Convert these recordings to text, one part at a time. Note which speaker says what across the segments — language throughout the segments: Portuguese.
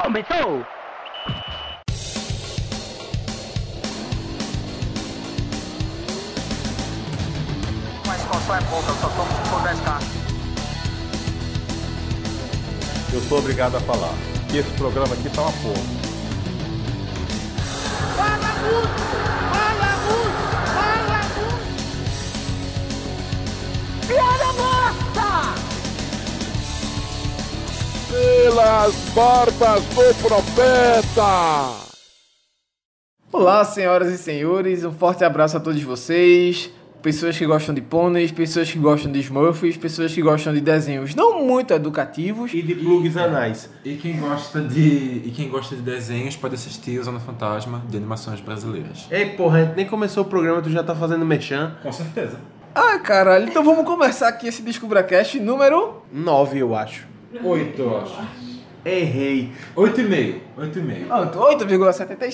Speaker 1: Começou!
Speaker 2: Mas qual só é pouca, eu só tomo se for 10k.
Speaker 3: Eu sou obrigado a falar que esse programa aqui tá uma porra.
Speaker 4: Fala muito! Fala muito! Fala muito! Piada morta!
Speaker 5: pelas barbas do profeta.
Speaker 6: Olá, senhoras e senhores, um forte abraço a todos vocês. Pessoas que gostam de pôneis, pessoas que gostam de smurfs, pessoas que gostam de desenhos não muito educativos.
Speaker 3: E de plugs anais.
Speaker 7: E quem gosta de e quem gosta de desenhos pode assistir o Zona Fantasma de animações brasileiras.
Speaker 3: Ei, porra, a gente nem começou o programa, tu já tá fazendo mechan.
Speaker 7: Com certeza.
Speaker 6: Ah, caralho, então vamos começar aqui esse DescubraCast número.
Speaker 3: Nove, eu acho.
Speaker 7: Oito, eu acho.
Speaker 3: Errei.
Speaker 7: Oito e meio. Oito e meio.
Speaker 6: Pronto, 8,75.
Speaker 8: Até o final do programa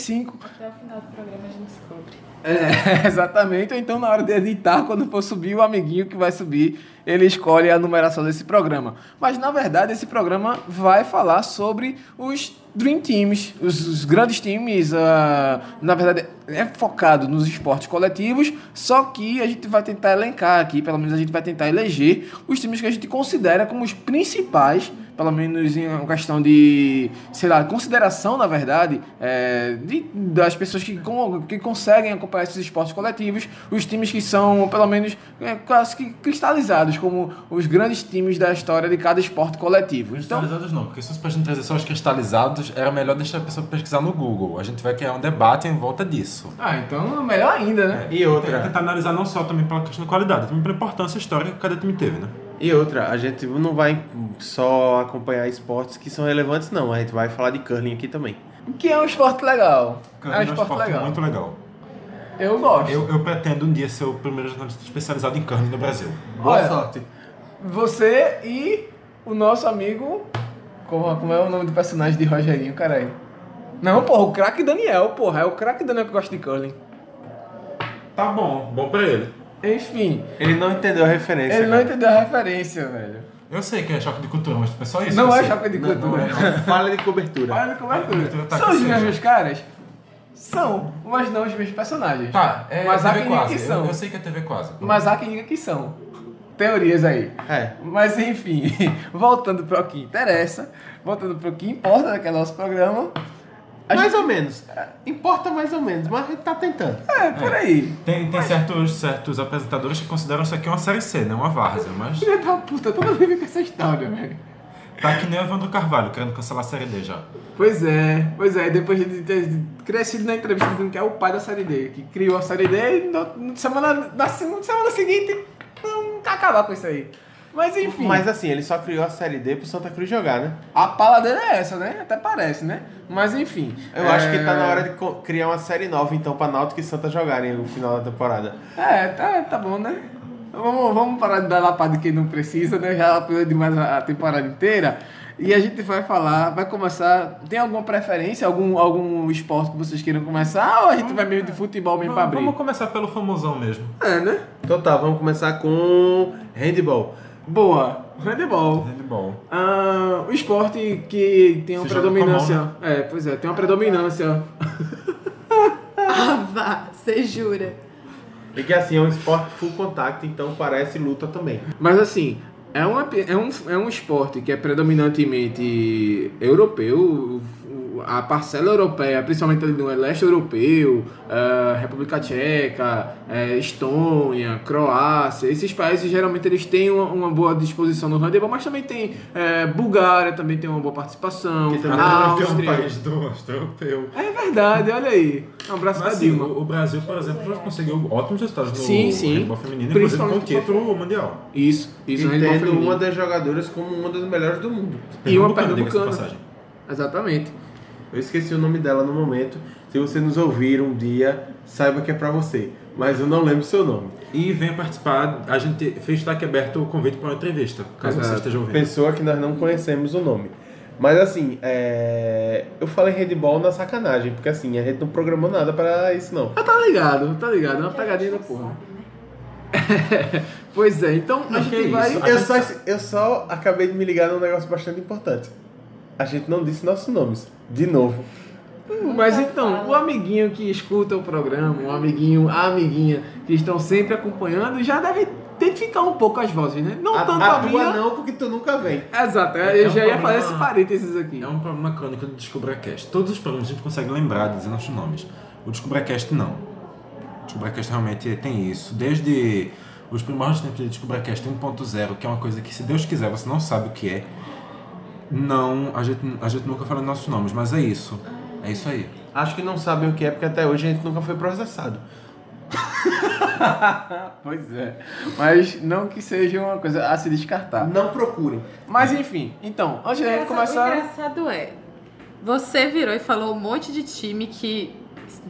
Speaker 8: a gente descobre.
Speaker 6: É, exatamente, ou então na hora de editar, quando for subir, o amiguinho que vai subir, ele escolhe a numeração desse programa. Mas na verdade, esse programa vai falar sobre os Dream Teams, os, os grandes times. ah, na verdade, é focado nos esportes coletivos, só que a gente vai tentar elencar aqui, pelo menos a gente vai tentar eleger os times que a gente considera como os principais. Pelo menos em uma questão de, sei lá, consideração, na verdade, é, de- das pessoas que, con- que conseguem acompanhar esses esportes coletivos, os times que são, pelo menos, é, quase que cristalizados como os grandes times da história de cada esporte coletivo. Então,
Speaker 7: Cristalizados não, porque se fosse pra gente trazer só os cristalizados, era melhor deixar a pessoa pesquisar no Google. A gente vai criar um debate em volta disso.
Speaker 6: ah, então melhor ainda, né?
Speaker 3: E
Speaker 9: Tem que
Speaker 3: outra,
Speaker 9: tentar analisar não só também pela questão de qualidade, também pela importância histórica que cada time teve, né?
Speaker 3: e outra, a gente não vai só acompanhar esportes que são relevantes, não. A gente vai falar de curling aqui também.
Speaker 6: Que é um esporte legal.
Speaker 9: Cara,
Speaker 6: é um
Speaker 9: um
Speaker 6: esporte
Speaker 9: esporte
Speaker 6: legal.
Speaker 9: muito legal.
Speaker 6: Eu gosto.
Speaker 9: Eu, eu pretendo um dia ser o primeiro jornalista especializado em curling no Brasil.
Speaker 3: Boa
Speaker 6: Olha.
Speaker 3: sorte.
Speaker 6: Você e o nosso amigo. Como, como é o nome do personagem de Rogerinho, caralho? Não, porra, o craque Daniel, porra. É o craque Daniel que gosta de curling.
Speaker 9: Tá bom, bom pra ele.
Speaker 6: Enfim,
Speaker 3: Ele não entendeu a referência.
Speaker 6: ele não
Speaker 3: cara.
Speaker 6: entendeu a referência, velho.
Speaker 9: Eu sei que é choque de cultura, mas tipo, é só isso.
Speaker 6: não
Speaker 9: eu
Speaker 6: é
Speaker 9: sei.
Speaker 6: choque de
Speaker 3: Não, não,
Speaker 6: cultura.
Speaker 3: não. Fala de cobertura.
Speaker 6: Olha como é
Speaker 9: Olha como é que
Speaker 6: tudo.
Speaker 9: tá
Speaker 6: São
Speaker 9: que
Speaker 6: os
Speaker 9: seja.
Speaker 6: mesmos caras? São, mas não os mesmos personagens.
Speaker 7: Tá, é
Speaker 6: mas há
Speaker 7: TV
Speaker 6: quem diga que
Speaker 7: quase. Eu,
Speaker 6: são.
Speaker 7: eu sei que é TV quase.
Speaker 6: Mas há quem diga que são. Teorias aí.
Speaker 3: É.
Speaker 6: Mas enfim, voltando para o que interessa, voltando para o que importa daquele nosso programa. A
Speaker 3: Mais ou menos. Importa mais ou menos, mas a gente tá tentando.
Speaker 6: É, por aí.
Speaker 9: Tem, tem certos, certos apresentadores que consideram isso aqui uma série C, não uma várzea, mas
Speaker 6: Filha da puta, toda vez com essa história, velho.
Speaker 9: tá que nem o Evandro Carvalho, querendo cancelar a série D já.
Speaker 6: Pois é, pois é. Depois de ter crescido na entrevista dizendo que é o pai da série D, que criou a série D e no- no- semana, na se- semana seguinte não acabar com isso aí. Mas enfim.
Speaker 3: Mas assim, ele só criou a série D pro Santa Cruz jogar, né?
Speaker 6: A pala dele é essa, né? Até parece, né? Mas enfim.
Speaker 3: Eu acho que tá na hora de co- criar uma série nova, então, pra Náutico e Santa jogarem o final da temporada.
Speaker 6: É, tá, tá bom, né? Vamos, vamos parar de dar lapada em quem não precisa, né? Já apanhou demais a a temporada inteira. E a gente vai falar, vai começar. Tem alguma preferência, algum, algum esporte que vocês queiram começar? Ou a gente vai meio de futebol mesmo pra
Speaker 9: Vamos,
Speaker 6: abrir?
Speaker 9: vamos começar pelo famosão mesmo.
Speaker 6: É, né?
Speaker 3: Então tá, vamos começar com handball.
Speaker 6: Boa, handebol.
Speaker 9: Handball.
Speaker 6: Ah, o esporte que tem uma
Speaker 9: Se joga com a né?
Speaker 6: predominância. É, pois é, tem uma predominância.
Speaker 8: Ah, vá, você jura.
Speaker 3: E que assim, é um esporte full contact, então parece luta também.
Speaker 6: Mas assim, é, uma, pe- é, um, é um esporte que é predominantemente europeu, o- o- a parcela europeia, principalmente ali no leste europeu, eh, República Tcheca, eh, Estônia, Croácia, esses países geralmente eles têm uma, uma boa disposição no handebol, mas também tem eh, Bulgária, também tem uma boa participação,
Speaker 3: Que também um-
Speaker 6: a
Speaker 9: Tem um
Speaker 6: Áustria.
Speaker 9: país do oeste europeu.
Speaker 6: É verdade, olha aí. Um abraço
Speaker 9: Mas,
Speaker 6: pra
Speaker 9: assim,
Speaker 6: Dilma.
Speaker 9: o, o Brasil, por exemplo, já conseguiu ótimos resultados no
Speaker 6: Sim, sim.
Speaker 9: handball feminino, inclusive com
Speaker 6: Principalmente
Speaker 9: título mundial.
Speaker 6: Isso, isso,
Speaker 3: e
Speaker 6: handebol
Speaker 3: tendo
Speaker 6: feminino.
Speaker 3: uma das jogadoras como uma das melhores do mundo.
Speaker 6: E uma
Speaker 9: Pernambucano, diga-se de
Speaker 6: pernambucana.
Speaker 9: passagem.
Speaker 6: Exatamente.
Speaker 3: Eu esqueci o nome dela no momento. Se você nos ouvir um dia, saiba que é pra você. Mas eu não lembro o seu nome.
Speaker 9: E venha participar. A gente fez daqui aberto o convite para uma entrevista, caso
Speaker 6: Exato.
Speaker 9: você esteja ouvindo.
Speaker 3: Pessoa que nós não conhecemos o nome. Mas assim, é... eu falei handball na sacanagem, porque assim, a gente não programou nada pra isso não.
Speaker 6: Ah, tá ligado, tá ligado. É uma pegadinha da porra. é, então, pois é, então a
Speaker 9: Não,
Speaker 8: né?
Speaker 6: gente
Speaker 9: que
Speaker 6: vai.
Speaker 9: isso.
Speaker 3: Eu só, eu só acabei de me ligar num negócio bastante importante. A gente não disse nossos nomes. De novo.
Speaker 6: Mas então, o amiguinho que escuta o programa, o amiguinho, a amiguinha que estão sempre acompanhando, já deve identificar um pouco as vozes, né? Não
Speaker 3: a
Speaker 6: tanto
Speaker 3: a
Speaker 6: a,
Speaker 3: tua
Speaker 6: minha.
Speaker 3: não, porque tu nunca vem.
Speaker 6: Exato, eu
Speaker 9: É um
Speaker 6: já ia
Speaker 9: problema-
Speaker 6: fazer esse parênteses aqui.
Speaker 9: É um problema crônico do DescubraCast. Todos os programas a gente consegue lembrar dizendo os nomes. O DescubraCast não. O DescubraCast realmente tem isso. Desde os primórdios tempos do DescubraCast 1.0, que é uma coisa que, se Deus quiser, você não sabe o que é. Não, a gente, a gente nunca fala nossos nomes, mas é isso. É isso aí.
Speaker 3: Acho que não sabem o que é, porque até hoje a gente nunca foi processado.
Speaker 6: Pois é. Mas não que seja uma coisa a se descartar.
Speaker 3: Não procurem.
Speaker 6: Mas enfim, então, antes da gente
Speaker 8: O
Speaker 6: começar.
Speaker 8: engraçado é, você virou e falou um monte de time que s-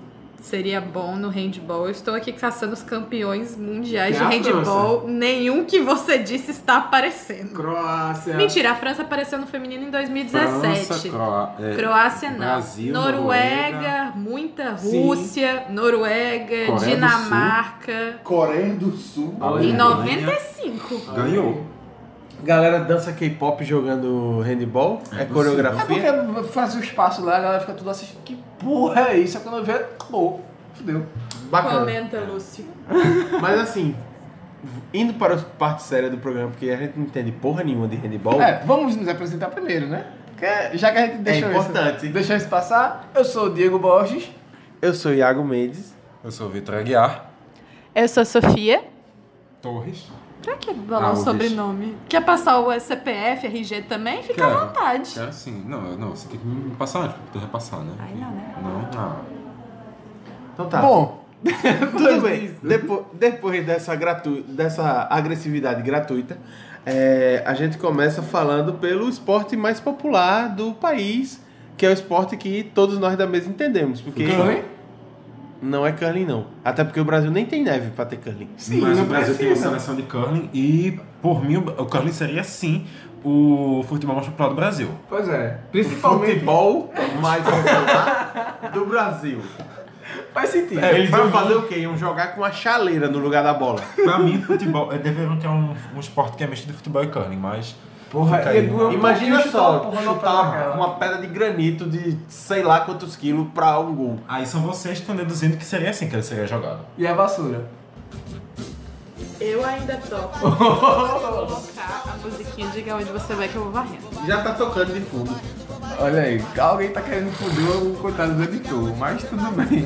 Speaker 8: seria bom no handball. Eu estou aqui caçando os campeões mundiais
Speaker 6: Que é
Speaker 8: de
Speaker 6: a
Speaker 8: handball. Nenhum que você disse está aparecendo.
Speaker 6: Croácia.
Speaker 8: Mentira, a França apareceu no feminino em 2017.
Speaker 9: França, Croá- é,
Speaker 8: Croácia não.
Speaker 9: Brasil,
Speaker 8: Noruega, muita Rússia,
Speaker 9: Coreia
Speaker 8: Noruega,
Speaker 9: do
Speaker 8: Dinamarca.
Speaker 3: Coreia do Sul.
Speaker 8: Em
Speaker 9: Alemanha.
Speaker 8: 95.
Speaker 9: Ganhou.
Speaker 3: Galera dança K-pop jogando handball. É,
Speaker 9: É
Speaker 6: É
Speaker 3: coreografia.
Speaker 6: porque faz o espaço lá, a galera fica tudo assistindo. Que porra é isso? Aí quando eu ver, acabou. Fudeu.
Speaker 3: Bacana.
Speaker 8: Comenta, Lúcio.
Speaker 3: Mas assim, v- indo para a parte séria do programa, porque a gente não entende porra nenhuma de handball.
Speaker 6: É, vamos nos apresentar primeiro, né? Porque já que a gente deixou
Speaker 3: é importante.
Speaker 6: isso, deixou isso passar, eu sou o Diego Borges.
Speaker 3: Eu sou Iago Mendes.
Speaker 9: Eu sou o Vitor Aguiar.
Speaker 8: Eu sou a Sofia.
Speaker 9: Torres.
Speaker 8: Pra que falar o
Speaker 9: Alves.
Speaker 8: sobrenome? Quer passar o CPF, RG também? Fica à
Speaker 9: Quero.
Speaker 8: vontade.
Speaker 9: Era assim. Não, eu- não, você tem que me passar antes pra poder repassar, né?
Speaker 8: Ai, não, né?
Speaker 9: Não, Ah. não.
Speaker 3: Então tá.
Speaker 6: Bom,
Speaker 3: Tudo bem. Depo- depois dessa, gratu... dessa agressividade gratuita, é, a gente começa falando pelo esporte mais popular do país, que é o esporte que todos nós da mesa entendemos. Porque
Speaker 6: Curling?
Speaker 3: não é curling, não. Até porque o Brasil nem tem neve pra ter curling.
Speaker 6: sim,
Speaker 9: mas
Speaker 6: não
Speaker 9: o Brasil tem uma
Speaker 6: precisa.
Speaker 9: seleção de curling e, por mim, o curling seria sim o futebol mais popular do Brasil.
Speaker 6: Pois é, principalmente.
Speaker 3: Futebol mais popular do Brasil.
Speaker 6: Faz sentido.
Speaker 3: Eles vão fazer o quê? Iam jogar com a chaleira no lugar da bola.
Speaker 9: Pra mim, futebol. é, Deveriam ter um, um esporte que é misto de futebol e curling, mas.
Speaker 6: Porra,
Speaker 9: fica aí.
Speaker 6: Edu é um
Speaker 3: Imagina
Speaker 6: pouquinho chutar uma
Speaker 3: só,
Speaker 6: porra na praia,
Speaker 3: chutar
Speaker 6: cara.
Speaker 3: uma pedra de granito de sei lá quantos quilos pra um gol.
Speaker 9: Aí são vocês que estão deduzindo que seria assim que ele seria jogado.
Speaker 6: E a vassoura.
Speaker 8: Eu ainda topo. Vou colocar a musiquinha Diga Onde Você Vai Que Eu Vou Varrendo.
Speaker 3: Já tá tocando de fundo.
Speaker 6: Olha aí, alguém tá querendo foder o coitado do editor, mas tudo bem.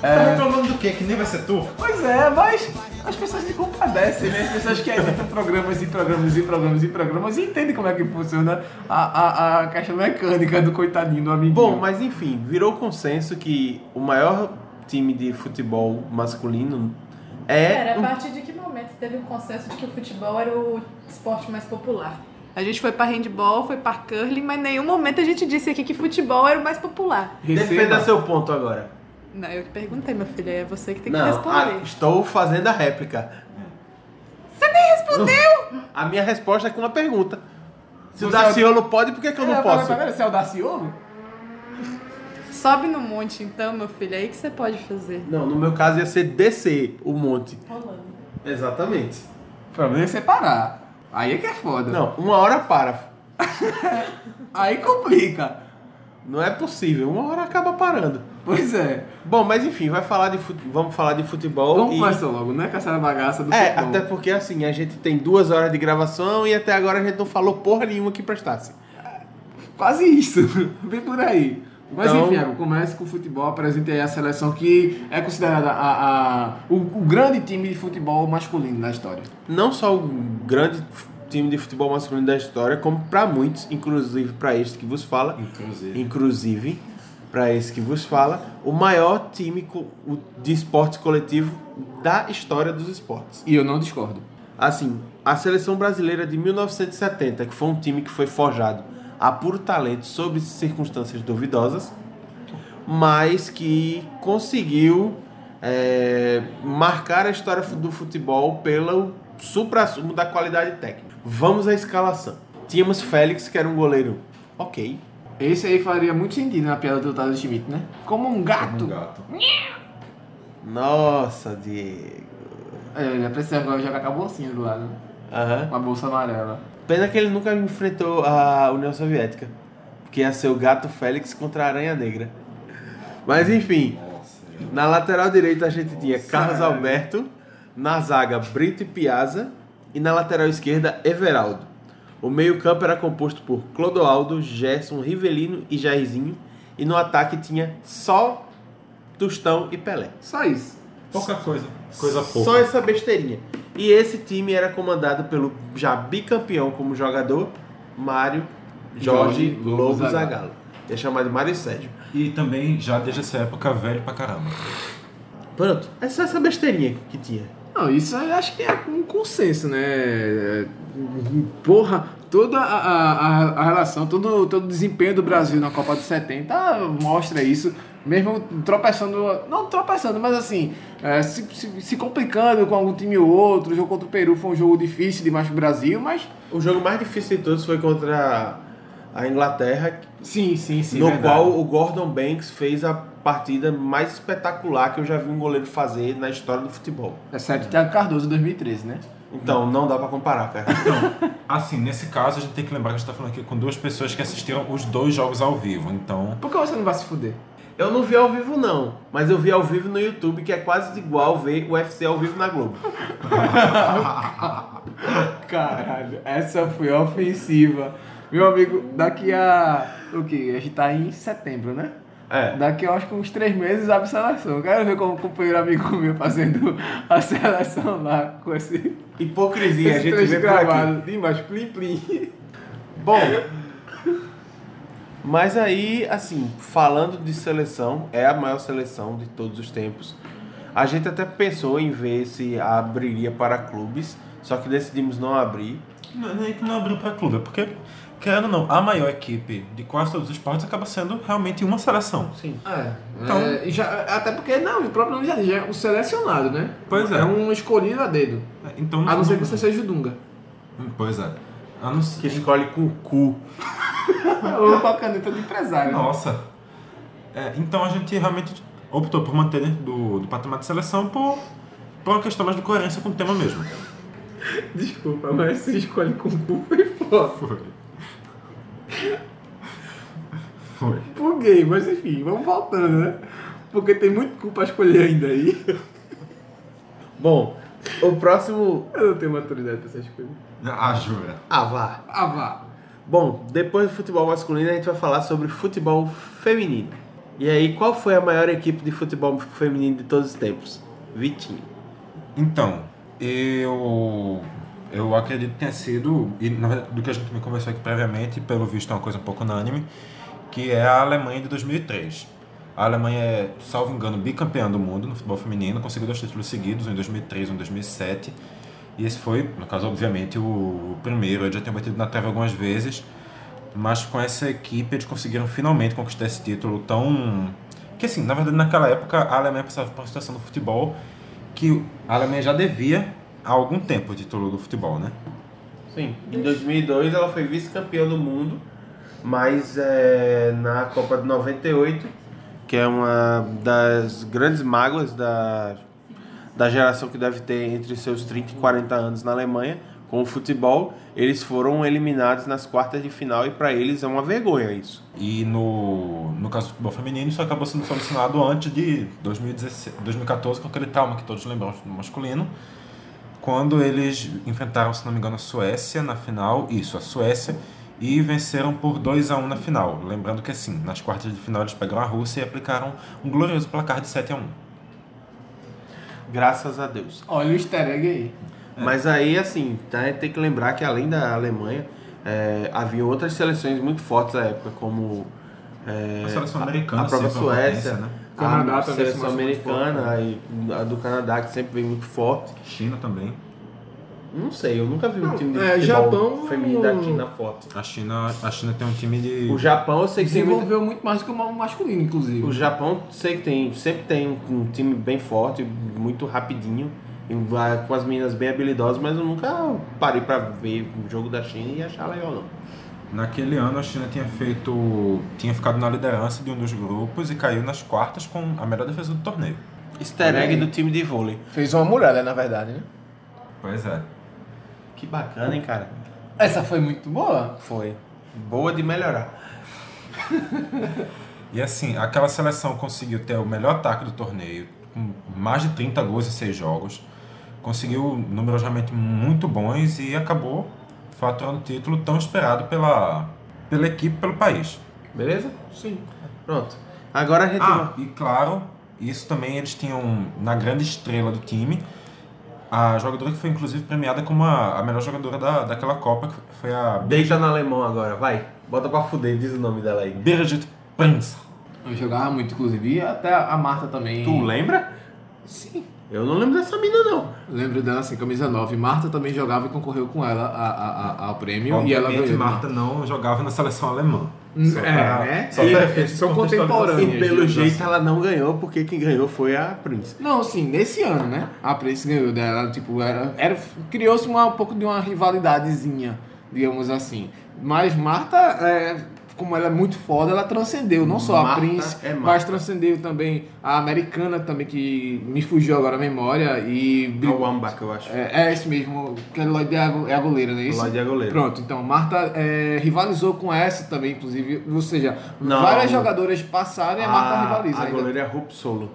Speaker 9: Tá
Speaker 6: É,
Speaker 9: reclamando do quê? Que nem vai ser tu?
Speaker 6: pois é, mas as pessoas se compadecem, né? As pessoas que editam programas e programas e programas e programas e entendem como é que funciona a, a, a caixa mecânica do coitadinho do amiguinho.
Speaker 3: Bom, mas enfim, virou consenso que o maior time de futebol masculino é.
Speaker 8: Cara, a partir de que momento teve um consenso de que o futebol era o esporte mais popular? A gente foi pra handball, foi pra curling, mas em nenhum momento a gente disse aqui que futebol era o mais popular.
Speaker 3: Defenda
Speaker 6: receba.
Speaker 3: seu ponto agora.
Speaker 8: Não, eu que perguntei, meu filho, é você que tem que
Speaker 3: Não, a-
Speaker 8: responder.
Speaker 3: estou fazendo a réplica.
Speaker 8: Você nem respondeu!
Speaker 3: A minha resposta é com uma pergunta. Se o
Speaker 6: Você é o-
Speaker 3: Daciolo pode, por que, que eu
Speaker 6: É,
Speaker 3: não
Speaker 6: agora,
Speaker 3: posso?
Speaker 6: tá vendo? Você é audaciolo?
Speaker 8: Sobe no monte então, meu filho, é aí que você pode fazer.
Speaker 3: Não, no meu caso ia ser descer o monte.
Speaker 8: Rolando.
Speaker 3: Exatamente.
Speaker 6: O problema é separar. Aí é que é foda.
Speaker 3: Não, uma hora para.
Speaker 6: Aí complica.
Speaker 3: Não é possível, uma hora acaba parando.
Speaker 6: Pois é.
Speaker 3: Bom, mas enfim, vai falar de fut- vamos falar de futebol
Speaker 6: Vamos
Speaker 3: e
Speaker 6: começar logo, né? Com essa bagaça do
Speaker 3: É,
Speaker 6: futebol.
Speaker 3: até porque assim, a gente tem duas horas de gravação e até agora a gente não falou porra nenhuma que prestasse.
Speaker 6: Quase isso. Vem por aí. Mas
Speaker 3: Então-
Speaker 6: enfim, Iago, comece com o futebol, apresente aí a seleção que é considerada a, a- o, o grande time de futebol masculino da história.
Speaker 3: Não só o grande f- time de futebol masculino da história, como pra muitos, inclusive pra este que vos fala,
Speaker 9: Inclusive.
Speaker 3: inclusive pra esse que vos fala, o maior time co- o- de esporte coletivo da história dos esportes.
Speaker 6: E eu não discordo.
Speaker 3: Assim, a seleção brasileira de 1970, que foi um time que foi forjado a puro talento sob circunstâncias duvidosas, mas que conseguiu é, marcar a história do futebol pelo supra-sumo da qualidade técnica. Vamos à escalação. Tínhamos Félix, que era um goleiro ok.
Speaker 6: Esse aí faria muito sentido na piada do Tadeu Schmidt, né? Como um gato.
Speaker 9: Um gato.
Speaker 3: Nossa, Diego.
Speaker 6: É, já precisa agora jogar com a bolsinha do lado. né?
Speaker 3: Aham.
Speaker 6: Uma bolsa amarela.
Speaker 3: Pena que ele nunca enfrentou a União Soviética. que ia ser o Gato Félix contra a Aranha Negra. Mas enfim, na lateral direita a gente tinha Carlos Alberto, na zaga Brito e Piazza e na lateral esquerda Everaldo. O meio-campo era composto por Clodoaldo, Gerson, Rivelino e Jairzinho, e no ataque tinha só Tostão e Pelé.
Speaker 6: Só isso.
Speaker 9: Pouca coisa. Coisa pouca.
Speaker 3: Só essa besteirinha. E esse time era comandado pelo já bicampeão como jogador, Mário Jorge,
Speaker 6: Jorge
Speaker 3: Lobo
Speaker 6: Zagallo.
Speaker 3: Zagallo. É chamado Mário Sérgio.
Speaker 9: E também, já desde essa época, velho pra caramba.
Speaker 3: Pronto, é só essa besteirinha que tinha.
Speaker 6: Não, isso eu acho que é um consenso, né? É, Porra, toda a, a, a- a relação, todo, todo o desempenho do Brasil na Copa de 70 mostra isso. Mesmo tropeçando, não tropeçando, mas assim, é, se, se, se complicando com algum time ou outro. O jogo contra o Peru foi um jogo difícil demais pro Brasil, mas
Speaker 3: O jogo mais difícil de todos foi contra a Inglaterra,
Speaker 6: sim, sim, sim.
Speaker 3: no
Speaker 6: verdade.
Speaker 3: qual o Gordon Banks fez a partida mais espetacular que eu já vi um goleiro fazer na história do futebol.
Speaker 6: Exceto o Thiago Cardoso em 2013, né?
Speaker 3: Então, não dá pra comparar, cara.
Speaker 9: Então, assim, nesse caso, a gente tem que lembrar que a gente tá falando aqui com duas pessoas que assistiram os dois jogos ao vivo. Então,
Speaker 6: Por que você não vai se fuder?
Speaker 3: Eu não vi ao vivo, não. Mas eu vi ao vivo no YouTube, que é quase igual ver o UFC ao vivo na Globo.
Speaker 6: Caralho, essa foi ofensiva. Meu amigo, daqui a. O que? A gente tá em setembro, né?
Speaker 3: É.
Speaker 6: Daqui eu acho que uns três meses abre seleção. Eu Quero ver como um companheiro amigo meu fazendo a seleção lá com esse.
Speaker 3: Hipocrisia, a
Speaker 6: esse
Speaker 3: gente
Speaker 6: trecho
Speaker 3: vê por aqui.
Speaker 6: gravado. Demais, plim plim.
Speaker 3: Bom, mas aí, assim, falando de seleção, é a maior seleção de todos os tempos. A gente até pensou em ver se abriria para clubes, só que decidimos não abrir.
Speaker 9: não não é que não abriu pra clube, é porque, querendo ou não, a maior equipe de quase todos os esportes acaba sendo realmente uma seleção. Sim.
Speaker 6: É,
Speaker 9: Então-
Speaker 6: é, já, até porque, não, o próprio nome já diz, é o selecionado, né?
Speaker 9: Pois é.
Speaker 6: É um escolhido a dedo.
Speaker 9: Então,
Speaker 6: A não ser que você seja o Dunga.
Speaker 9: Pois é. A não ser...
Speaker 3: Que escolhe com o cu.
Speaker 6: Ou com a caneta do empresário.
Speaker 9: Nossa. É, então a gente realmente optou por manter dentro do, do patamar de seleção por, por uma questão mais de coerência com o tema mesmo.
Speaker 6: Desculpa, mas se escolhe com cu foi foda.
Speaker 9: Foi. Foi.
Speaker 6: Por gay, mas enfim, vamos voltando, né? Porque tem muito cu pra escolher ainda aí.
Speaker 3: Bom, o próximo.
Speaker 6: Eu não tenho maturidade pra essas coisas.
Speaker 9: Ah, jura.
Speaker 3: Ah, vá.
Speaker 6: Ah, vá.
Speaker 3: Bom, depois do futebol masculino a gente vai falar sobre futebol feminino. E aí, qual foi a maior equipe de futebol feminino de todos os tempos? Vitinho.
Speaker 9: Então, eu. Eu acredito que tenha sido, e na verdade, do que a gente me conversou aqui previamente, pelo visto é uma coisa um pouco unânime, que é a Alemanha de 2003. A Alemanha é, salvo engano, bicampeã do mundo no futebol feminino, conseguiu dois títulos seguidos, um em 2003 um em 2007. E esse foi, no caso, obviamente, o primeiro. Eles já tinham batido na trave algumas vezes, mas com essa equipe eles conseguiram finalmente conquistar esse título tão. Que assim, na verdade, naquela época a Alemanha passava por uma situação do futebol que a Alemanha já devia há algum tempo o título do futebol, né?
Speaker 3: Sim. Em 2002 ela foi vice-campeã do mundo, mas é, na Copa de 98, que é uma das grandes mágoas da, da geração que deve ter entre seus 30 e 40 anos na Alemanha, com o futebol, eles foram eliminados nas quartas de final e para eles é uma vergonha isso.
Speaker 9: E no, no caso do futebol feminino, isso acabou sendo solucionado antes de 2016, 2014, com aquele trauma que todos lembram no masculino, quando eles enfrentaram, se não me engano, a Suécia na final, isso, a Suécia, e venceram por 2 a 1 na final. Lembrando que assim, nas quartas de final eles pegaram a Rússia e aplicaram um glorioso placar de 7 a 1.
Speaker 3: Graças a Deus.
Speaker 6: Olha o easter egg aí.
Speaker 3: É. Mas aí, assim, tá, tem que lembrar que além da Alemanha, é, havia outras seleções muito fortes à época, como é,
Speaker 9: A seleção americana
Speaker 3: a própria
Speaker 9: sempre uma
Speaker 3: Suécia,
Speaker 9: potência, né?
Speaker 6: Canadá
Speaker 3: a
Speaker 6: também
Speaker 3: seleção
Speaker 6: se mostrou muito né?
Speaker 3: americana e a do Canadá, que sempre vem muito forte.
Speaker 9: China também.
Speaker 3: Não sei, eu nunca vi um
Speaker 6: Não,
Speaker 3: time de
Speaker 6: é,
Speaker 3: futebol
Speaker 6: Japão-
Speaker 3: feminino da China forte.
Speaker 9: A China, a China tem um time de
Speaker 3: O Japão, eu sei que tem muito...
Speaker 6: Desenvolveu muito mais do que o masculino, inclusive.
Speaker 3: O Japão, sei que tem, sempre tem um, um time bem forte, muito rapidinho, e, ah, com as meninas bem habilidosas, mas eu nunca parei pra ver um jogo da China e achar legal, não.
Speaker 9: Naquele ano a China tinha feito. tinha ficado na liderança de um dos grupos e caiu nas quartas com a melhor defesa do torneio.
Speaker 3: Easter egg do time de vôlei.
Speaker 6: Fez uma muralha, na verdade, né?
Speaker 9: Pois é.
Speaker 3: Que bacana, hein, cara?
Speaker 6: Essa foi muito boa.
Speaker 3: Foi. Boa de melhorar.
Speaker 9: E assim, aquela seleção conseguiu ter o melhor ataque do torneio, com mais de 30 gols em 6 jogos, conseguiu números realmente muito bons e acabou faturando o título tão esperado pela, pela equipe, pelo país.
Speaker 3: Beleza? Sim. Pronto. Agora a gente
Speaker 9: Ah,
Speaker 3: vai.
Speaker 9: e claro, isso também eles tinham na grande estrela do time, a jogadora que foi inclusive premiada como a, a melhor jogadora da, daquela Copa, que foi a
Speaker 3: Deita no alemão agora, vai. Bota pra fuder, diz o nome dela aí.
Speaker 9: Birgit Prinz.
Speaker 6: Eu jogava muito, inclusive. E até a Marta também.
Speaker 3: Tu lembra?
Speaker 6: Sim.
Speaker 3: Eu não lembro dessa mina, não.
Speaker 6: Lembro dela assim, camisa 9. Marta também jogava e concorreu com ela a- a- a- ao prêmio. e ela
Speaker 9: Obviamente,
Speaker 6: ganhou.
Speaker 9: Marta não jogava na seleção alemã.
Speaker 6: Hum,
Speaker 9: Só
Speaker 6: É,
Speaker 9: pra-
Speaker 6: né?
Speaker 9: só
Speaker 6: E
Speaker 9: pra efeitos
Speaker 6: são
Speaker 9: de contextualização.
Speaker 6: contemporâneas.
Speaker 3: E pelo
Speaker 9: digamos
Speaker 3: jeito
Speaker 9: assim.
Speaker 3: ela não ganhou, porque quem ganhou foi a Prince.
Speaker 6: Não, sim, nesse ano, né? A Prince ganhou dela, tipo, era, era criou-se uma- um pouco de uma rivalidadezinha, digamos assim. Mas Marta, é, como ela é muito foda, ela transcendeu, não só
Speaker 3: Marta
Speaker 6: a Prince,
Speaker 3: é Marta.
Speaker 6: mas transcendeu também a americana também, que me fugiu agora a memória e...
Speaker 3: A Wambach, eu acho.
Speaker 6: É, é isso mesmo, que é Lloyd é a go- é a goleira, não é isso?
Speaker 3: Lloyd é a goleira.
Speaker 6: Pronto, então, Marta é, rivalizou com essa também, inclusive, ou seja,
Speaker 3: Não.
Speaker 6: várias jogadoras passaram e a Marta rivaliza
Speaker 3: A
Speaker 6: tá ainda.
Speaker 3: goleira é a Rup Solo.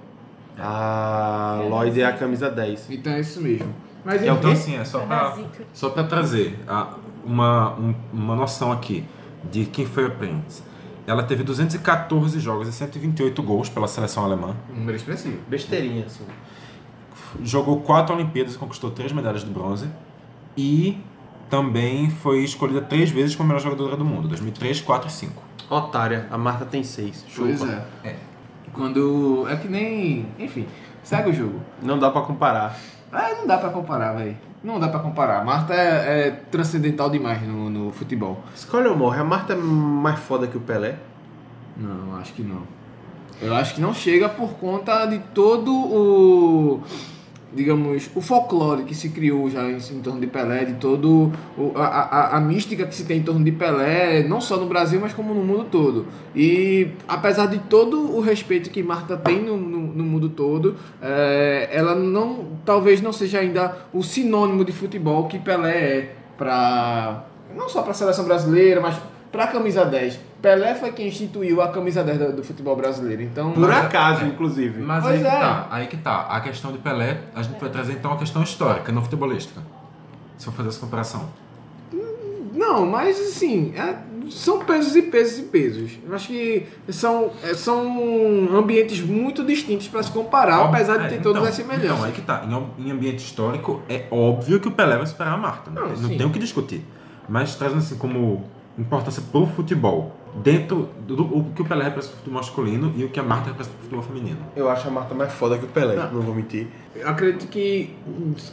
Speaker 3: A Lloyd é a camisa 10.
Speaker 6: Então é isso mesmo. Mas enfim...
Speaker 9: Então, assim, é só pra,
Speaker 8: Parasita.
Speaker 9: só pra trazer a- uma, um- uma noção aqui de quem foi a Prince. Ela teve 214 jogos e 128 gols pela seleção alemã.
Speaker 6: Um número expressivo.
Speaker 3: Besteirinha, assim.
Speaker 9: Jogou quatro Olimpíadas e conquistou três medalhas de bronze. E também foi escolhida três vezes como a melhor jogadora do mundo, 2003, 4 e 5.
Speaker 3: Otária, a Marta tem 6.
Speaker 6: Pois é. Quando. É que nem. Enfim, segue o jogo.
Speaker 3: Não dá pra comparar.
Speaker 6: Ah, não dá pra comparar, velho. Não dá pra comparar. Marta é, é transcendental demais no, no futebol.
Speaker 3: Escolhe ou morre. A Marta é mais foda que o Pelé.
Speaker 6: Não, acho que não. Eu acho que não chega por conta de todo o. Digamos, o folclore que se criou já em, em torno de Pelé, de todo o- a, a- a mística que se tem em torno de Pelé, não só no Brasil, mas como no mundo todo. E apesar de todo o respeito que Marta tem no, no, no mundo todo, eh, ela não talvez não seja ainda o sinônimo de futebol que Pelé é para não só para a seleção brasileira, mas para a camisa 10. Pelé foi quem instituiu a camisa 10 do, do futebol brasileiro. Então,
Speaker 3: Por
Speaker 6: mas-
Speaker 3: acaso,
Speaker 9: é.
Speaker 3: inclusive.
Speaker 9: Mas
Speaker 6: Pois
Speaker 9: aí
Speaker 6: é.
Speaker 9: que tá, aí que tá. A questão de Pelé, a gente vai trazer então a questão histórica, não futebolística. Se eu fazer essa comparação.
Speaker 6: Não, mas assim, é- são pesos e pesos e pesos. Eu acho que são, é, são ambientes muito distintos para se comparar,
Speaker 9: Óbvio-
Speaker 6: Tá, apesar
Speaker 9: é,
Speaker 6: de ter todas
Speaker 9: então,
Speaker 6: as semelhanças.
Speaker 9: Então, aí que tá. Em, am- em ambiente histórico, é óbvio que o Pelé vai superar a Marta. Não,
Speaker 6: Não,
Speaker 9: não
Speaker 6: sim.
Speaker 9: tem o que discutir. Mas trazendo assim como importância pro futebol, dentro do, do- o que o Pelé representa pro futebol masculino e o que a Marta representa pro futebol feminino.
Speaker 3: Eu acho a Marta mais foda que o Pelé, não, vou mentir.
Speaker 6: Eu acredito que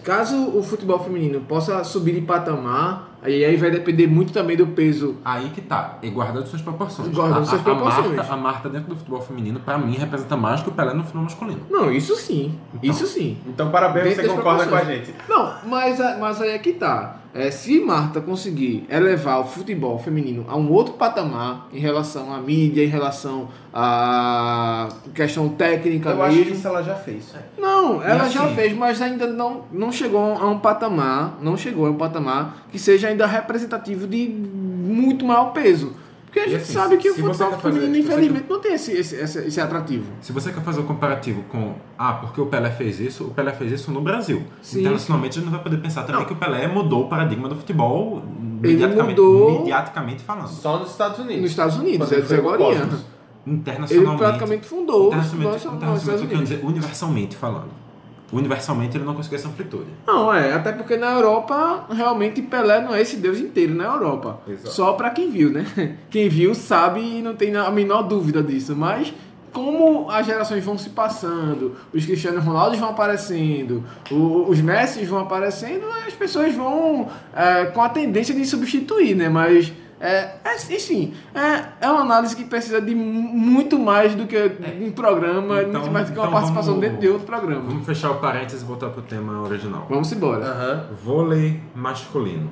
Speaker 6: caso o futebol feminino possa subir de patamar, aí aí vai depender muito também do peso.
Speaker 9: Aí que tá, e guardando suas proporções.
Speaker 6: Guardando
Speaker 9: A- a-
Speaker 6: suas proporções.
Speaker 9: A Marta, a Marta dentro do futebol feminino, pra mim, representa mais que o Pelé no futebol masculino.
Speaker 6: Não, isso sim. isso sim.
Speaker 3: Então, parabéns,
Speaker 6: Dentro
Speaker 3: você
Speaker 6: das
Speaker 3: concorda com a
Speaker 6: proporções.
Speaker 3: gente.
Speaker 6: Não, mas, a- mas aí é que tá. É, se Marta conseguir elevar o futebol feminino a um outro patamar em relação à mídia, em relação à questão técnica
Speaker 3: Eu acho que
Speaker 6: mesmo.
Speaker 3: isso ela já fez.
Speaker 6: Não, ela já
Speaker 9: assim-
Speaker 6: fez, mas ainda não, não chegou a um patamar, não chegou a um patamar que seja ainda representativo de muito maior peso. Porque a
Speaker 9: E
Speaker 6: gente
Speaker 9: assim,
Speaker 6: sabe que o
Speaker 9: se você
Speaker 6: futebol
Speaker 9: quer fazer-
Speaker 6: feminino,
Speaker 9: se você
Speaker 6: infelizmente, não tem esse, esse, esse, esse atrativo.
Speaker 9: Se você quer fazer o comparativo com, ah, porque o Pelé fez isso, o Pelé fez isso no Brasil.
Speaker 6: Sim.
Speaker 9: Internacionalmente, a gente não vai poder pensar também
Speaker 6: Não.
Speaker 9: que o Pelé mudou o paradigma do futebol
Speaker 6: Ele
Speaker 9: mediaticamente,
Speaker 6: mudou-
Speaker 9: mediaticamente falando.
Speaker 3: Só nos Estados Unidos.
Speaker 6: Nos Estados Unidos,
Speaker 3: Quando
Speaker 6: é
Speaker 3: ele foi pro
Speaker 6: agora.
Speaker 3: Cosmos.
Speaker 9: Internacionalmente.
Speaker 6: Ele praticamente fundou os futebol-
Speaker 9: internacionalmente,
Speaker 6: é os
Speaker 9: internacionalmente,
Speaker 6: Estados
Speaker 9: eu quero
Speaker 6: Unidos.
Speaker 9: dizer, universalmente falando. Universalmente, ele não conseguiu essa amplitude.
Speaker 6: Não, é, até porque na Europa, realmente Pelé não é esse deus inteiro na Europa.
Speaker 9: Exato.
Speaker 6: Só pra quem viu, né? Quem viu sabe e não tem a menor dúvida disso, mas como as gerações vão se passando, os Cristiano Ronaldos vão aparecendo, o- os Messi vão aparecendo, as pessoas vão é, com a tendência de substituir, né? Mas, é, é, enfim, é, é uma análise que precisa de mu- muito mais do que um programa,
Speaker 9: Então-
Speaker 6: muito mais do que uma
Speaker 9: então
Speaker 6: participação
Speaker 9: vamos-
Speaker 6: dentro de outro programa.
Speaker 9: Vamos fechar o parênteses e voltar pro tema original.
Speaker 6: Vamos embora.
Speaker 3: Aham.
Speaker 9: Vôlei masculino.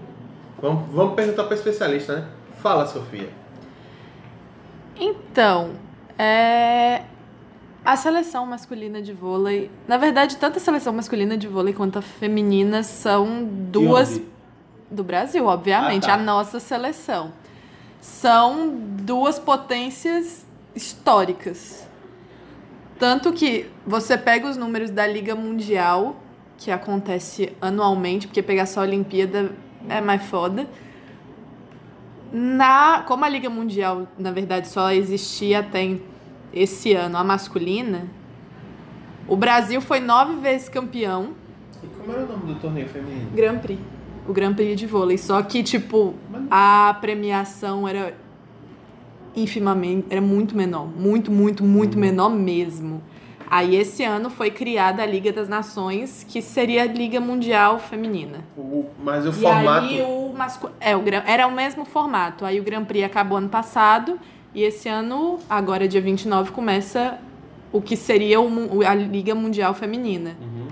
Speaker 3: Vamos, vamos perguntar pra especialista, né? Fala, Sofia.
Speaker 8: Então, é... a seleção masculina de vôlei. Na verdade, tanto a seleção masculina de vôlei quanto a feminina são duas.
Speaker 3: onde?
Speaker 8: Do Brasil, obviamente,
Speaker 3: Ah, tá.
Speaker 8: a nossa seleção. são duas potências históricas. Tanto que você pega os números da Liga Mundial, que acontece anualmente, porque pegar só a Olimpíada é mais foda. Na, como a Liga Mundial, na verdade, só existia até esse ano, a masculina, o Brasil foi nove vezes campeão
Speaker 3: E como era o nome do torneio feminino?
Speaker 8: Grand Prix. O Grand Prix de vôlei. Só que, tipo, a premiação era infimamente. Era muito menor. Muito, muito, muito menor mesmo. Aí esse ano foi criada a Liga das Nações, que seria a Liga Mundial Feminina.
Speaker 3: O- mas o formato.
Speaker 8: E aí o mascu... é, o Gran- era o mesmo formato. Aí o Grand Prix acabou ano passado e esse ano, agora dia 29, começa o que seria o mu- o- a Liga Mundial Feminina.
Speaker 3: Uhum.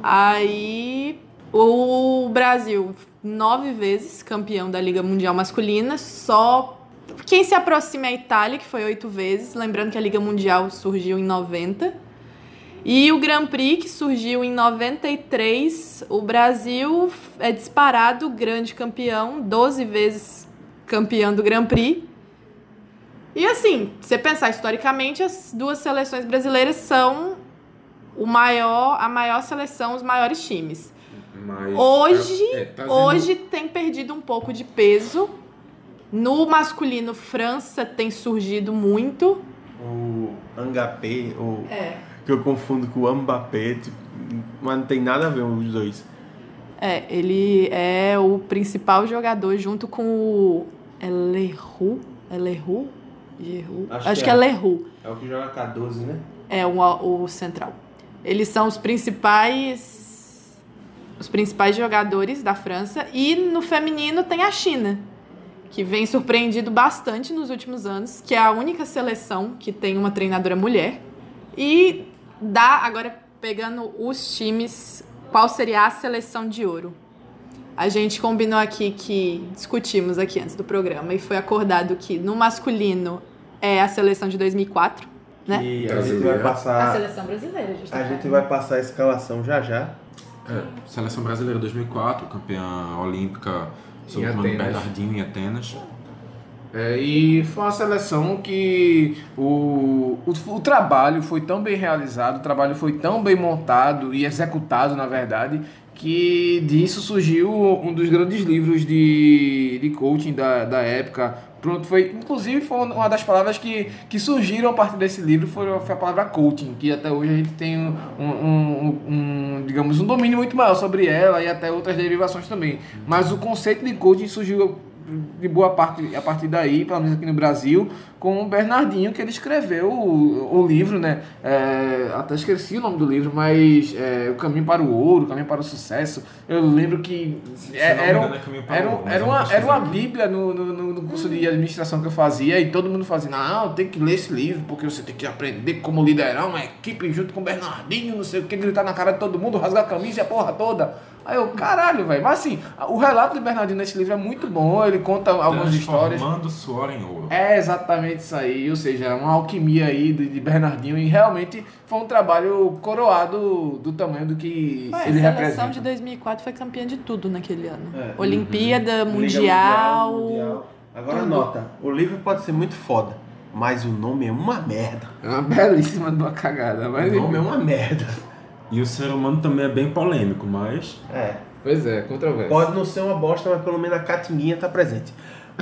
Speaker 8: Aí o Brasil, nove vezes campeão da Liga Mundial Masculina, só. Quem se aproxima é a Itália, que foi oito vezes. Lembrando que a Liga Mundial surgiu em 90. E o Grand Prix, que surgiu em 93, o Brasil é disparado grande campeão, 12 vezes campeão do Grand Prix. E assim, se você pensar historicamente, as duas seleções brasileiras são o maior, a maior seleção, os maiores times.
Speaker 9: Mas,
Speaker 8: Hoje,
Speaker 9: é,
Speaker 3: Tá
Speaker 9: trazendo-
Speaker 8: Hoje tem perdido um pouco de peso. No masculino, França tem surgido muito.
Speaker 3: O Angapê, ou
Speaker 8: É.
Speaker 3: que eu confundo com o Mbappé, tipo, mas não tem nada a ver os dois.
Speaker 8: É, ele é o principal jogador junto com o. É Leroux? É Leroux? Leroux?
Speaker 3: Acho
Speaker 8: Acho,
Speaker 3: que
Speaker 8: que,
Speaker 3: é.
Speaker 8: é Leroux.
Speaker 3: É o que joga 14, né?
Speaker 8: É o, o central. Eles são os principais. Os principais jogadores da França. E no feminino tem a China, que vem surpreendido bastante nos últimos anos, que é a única seleção que tem uma treinadora mulher. E dá, agora pegando os times, qual seria a seleção de ouro? A gente combinou aqui que discutimos aqui antes do programa e foi acordado que no masculino é a seleção de 2004, né?
Speaker 3: E a gente
Speaker 9: Brasileira.
Speaker 3: vai passar.
Speaker 8: seleção brasileira, gente.
Speaker 3: A gente vai passar a escalação já já.
Speaker 9: É, seleção brasileira 2004, campeã olímpica sob
Speaker 6: Em
Speaker 9: o comando de
Speaker 6: Atenas.
Speaker 9: Bernardinho em Atenas.
Speaker 6: É, e foi uma seleção que o, o, o trabalho foi tão bem realizado, o trabalho foi tão bem montado e executado, na verdade, que disso surgiu um dos grandes livros de, de coaching da, da época. Pronto, foi, inclusive foi uma das palavras que, que surgiram a partir desse livro foi, foi a palavra coaching, que até hoje a gente tem um, um- um- um, digamos, um domínio muito maior sobre ela e até outras derivações também. Mas o conceito de coaching surgiu de boa parte a partir daí, pelo menos aqui no Brasil, com o Bernardinho, que ele escreveu o, o livro, né? É, até esqueci o nome do livro, mas é, O Caminho para o Ouro, O Caminho para o Sucesso. Eu lembro que
Speaker 9: Se
Speaker 6: é-
Speaker 9: não me
Speaker 6: era,
Speaker 9: engano, é Caminho para o
Speaker 6: era,
Speaker 9: Ouro, mas
Speaker 6: era,
Speaker 9: eu
Speaker 6: uma,
Speaker 9: não é
Speaker 6: era uma
Speaker 9: pesquisei.
Speaker 6: bíblia no, no, no- no curso de administração que eu fazia e todo mundo fazia, não, tem que ler esse livro, porque você tem que aprender como liderar uma equipe junto com o Bernardinho, não sei o que, gritar na cara de todo mundo, rasgar a camisa e a porra toda. Aí eu, caralho, velho. Mas assim, o relato do Bernardinho nesse livro é muito bom, ele conta algumas histórias.
Speaker 9: Transformando É, suor em ouro.
Speaker 6: É exatamente isso aí, ou seja, é uma alquimia aí de, de Bernardinho e realmente foi um trabalho coroado do tamanho do que
Speaker 8: a
Speaker 6: ele
Speaker 8: seleção
Speaker 6: representa.
Speaker 8: de 2004 foi campeã de tudo naquele ano. Uhum.
Speaker 3: É.
Speaker 8: Olimpíada,
Speaker 3: Liga
Speaker 8: mundial,
Speaker 3: Mundial. Agora
Speaker 8: tudo.
Speaker 3: nota, o livro pode ser muito foda, mas o nome é uma merda.
Speaker 6: É uma belíssima de uma cagada,
Speaker 3: O
Speaker 6: mas
Speaker 3: nome é uma merda.
Speaker 9: E o ser humano também é bem polêmico, mas
Speaker 3: É.
Speaker 6: Pois é, controvérsia.
Speaker 3: Pode não ser uma bosta, mas pelo menos a catinguinha tá presente.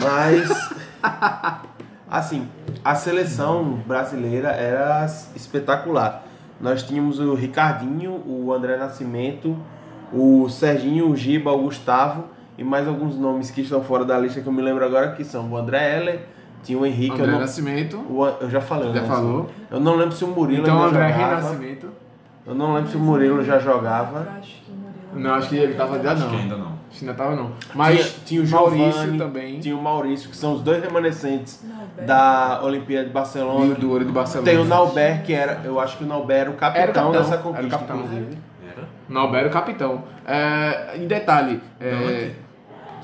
Speaker 3: Mas. assim, a seleção brasileira era espetacular. Nós tínhamos o Ricardinho, o André Nascimento, o Serginho, o Giba, o Gustavo e mais alguns nomes que estão fora da lista que eu me lembro agora que são o André Heller, tinha o Henrique,
Speaker 6: André
Speaker 3: eu, não-
Speaker 6: Nascimento,
Speaker 3: o An- eu já falei, o
Speaker 6: já
Speaker 3: André
Speaker 6: falou.
Speaker 3: Eu não lembro se o Murilo
Speaker 6: Então
Speaker 3: ainda
Speaker 6: André
Speaker 3: jogava.
Speaker 6: Renascimento.
Speaker 3: Eu não lembro se o Murilo já jogava.
Speaker 8: acho que Murilo.
Speaker 6: Não, acho que ele tava já
Speaker 9: acho que
Speaker 6: não.
Speaker 9: ainda não.
Speaker 6: Acho que ainda tava não. Mas
Speaker 3: tinha, tinha o
Speaker 6: Maurício
Speaker 3: Giovani,
Speaker 6: também.
Speaker 3: Tinha o Maurício, que são os dois remanescentes
Speaker 8: Não, velho.
Speaker 3: da Olimpíada de
Speaker 6: E o
Speaker 3: Barcelona.
Speaker 6: do ouro de Barcelona.
Speaker 3: Tem o Nauber, que era, eu acho que o Nauber era o capitão,
Speaker 6: Era o capitão,
Speaker 3: dessa
Speaker 6: era o
Speaker 3: conquista,
Speaker 6: capitão. né?
Speaker 3: inclusive.
Speaker 9: Era?
Speaker 6: Nauber era o capitão. É, em detalhe, é,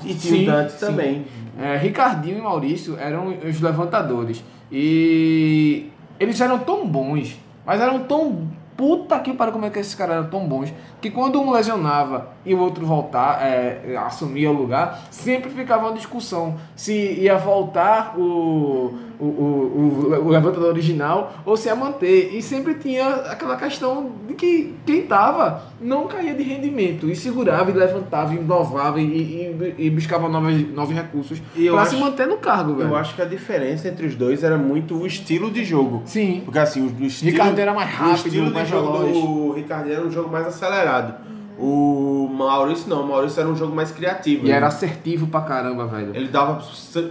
Speaker 3: E tinha
Speaker 6: Sim,
Speaker 3: o Dante
Speaker 6: sim.
Speaker 3: também.
Speaker 6: É, Ricardinho e Maurício eram os levantadores. E eles eram tão bons, mas eram tão Puta que pariu, como é que esses caras eram tão bons. Que quando um lesionava e o outro voltar, é, assumia o lugar, sempre ficava uma discussão se ia voltar o, o, o, o, o levantador original ou se ia manter. E sempre tinha aquela questão de que quem tava não caía de rendimento. E segurava, e levantava, e inovava, e, e, e buscava novos, novos recursos
Speaker 3: E eu
Speaker 6: pra se
Speaker 3: acho-
Speaker 6: manter no cargo, velho.
Speaker 3: Eu acho que a diferença entre os dois era muito o estilo de jogo.
Speaker 6: Sim.
Speaker 3: Porque assim, o, o estilo.
Speaker 6: Ricardo era mais rápido,
Speaker 3: O estilo de
Speaker 6: mais
Speaker 3: jogo
Speaker 6: veloz.
Speaker 3: do Ricardo era um jogo mais acelerado. O Maurício não, o Maurício era um jogo mais criativo.
Speaker 6: E
Speaker 3: Ele-
Speaker 6: era assertivo pra caramba, velho.
Speaker 3: Ele dava.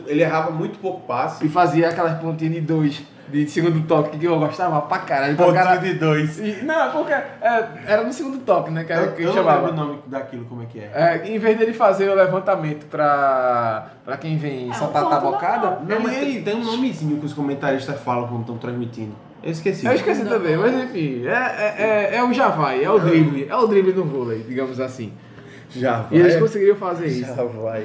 Speaker 3: Ele errava muito pouco passe.
Speaker 6: E fazia aquelas pontinhas de dois, de segundo toque, que eu gostava pra caralho. Pra
Speaker 3: Pontinho
Speaker 6: cara...
Speaker 3: de dois.
Speaker 6: E- não, porque é, era no segundo toque, né? Que
Speaker 3: Eu,
Speaker 6: era o
Speaker 3: eu,
Speaker 6: que
Speaker 3: não
Speaker 6: chamava.
Speaker 3: lembro o nome daquilo, como é que é.
Speaker 6: É, em vez dele fazer o levantamento pra, pra quem vem
Speaker 8: É,
Speaker 6: soltar
Speaker 8: um
Speaker 6: a
Speaker 8: ponto
Speaker 6: tabocada,
Speaker 3: Não, mas
Speaker 6: ele- é
Speaker 3: tem, tem um nomezinho que os comentaristas falam quando estão transmitindo. Eu esqueci.
Speaker 6: Eu esqueci também, mas enfim, é, é, é, é o já vai, é o drible, é o drible no vôlei, digamos assim.
Speaker 3: Já
Speaker 6: E eles conseguiriam fazer isso.
Speaker 3: Já vai.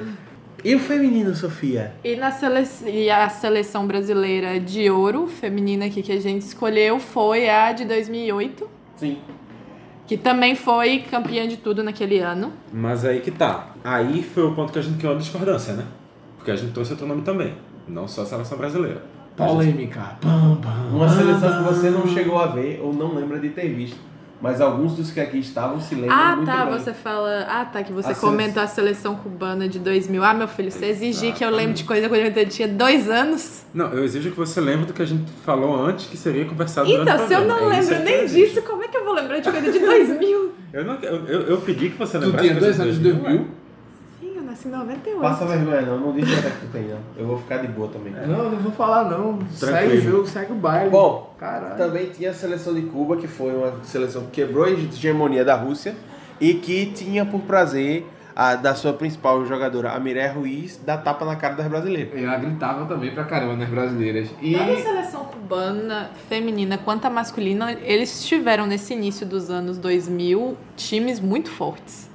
Speaker 3: E o feminino, Sofia?
Speaker 8: E, na sele- e a seleção brasileira de ouro feminina aqui que a gente escolheu foi a de 2008,
Speaker 3: Sim.
Speaker 8: que também foi campeã de tudo naquele ano.
Speaker 9: Mas aí que tá. Aí foi o ponto que a gente criou uma discordância, né? Porque a gente trouxe outro nome também. Não só a seleção brasileira.
Speaker 6: Polêmica.
Speaker 3: Uma seleção que você não chegou a ver ou não lembra de ter visto. Mas alguns dos que aqui estavam se lembram
Speaker 8: Ah,
Speaker 3: muito
Speaker 8: tá,
Speaker 3: bem.
Speaker 8: você fala. Ah, tá, que você
Speaker 3: A
Speaker 8: comentou a seleção cubana de 2000. Ah, meu filho, você exigir que eu lembre de coisa quando eu tinha dois anos?
Speaker 9: Não, eu exijo que você lembre do que a gente falou antes, que seria
Speaker 3: Tá
Speaker 9: conversado durante
Speaker 8: Então,
Speaker 9: o
Speaker 8: se eu
Speaker 9: programa.
Speaker 8: não
Speaker 9: É isso
Speaker 8: lembro
Speaker 9: que
Speaker 8: nem
Speaker 9: eu exijo.
Speaker 8: disso, como é que eu vou lembrar de coisa de 2000?
Speaker 9: Eu, não, eu, eu, eu pedi que você
Speaker 6: Tu
Speaker 9: lembrasse.
Speaker 6: tinha
Speaker 9: coisas
Speaker 6: dois anos de
Speaker 9: é?
Speaker 6: 2000?
Speaker 8: Sim, eu nasci em 98.
Speaker 3: Passa vergonha, não. Não diz quanto é que tu tem, não. Eu vou ficar de boa também.
Speaker 6: Não, não vou falar não. Segue o
Speaker 9: Tranquilo.
Speaker 6: jogo, segue o baile.
Speaker 3: Bom,
Speaker 6: caralho.
Speaker 3: Também tinha a seleção de Cuba, que foi uma seleção que quebrou a hegemonia da Rússia e que tinha por prazer a da sua principal jogadora, a Miré Ruiz, dar tapa na cara das brasileiras.
Speaker 6: Ela gritava também pra caramba nas brasileiras. E
Speaker 8: Tanto a seleção cubana feminina quanto a masculina, eles tiveram nesse início dos anos 2000 times muito fortes.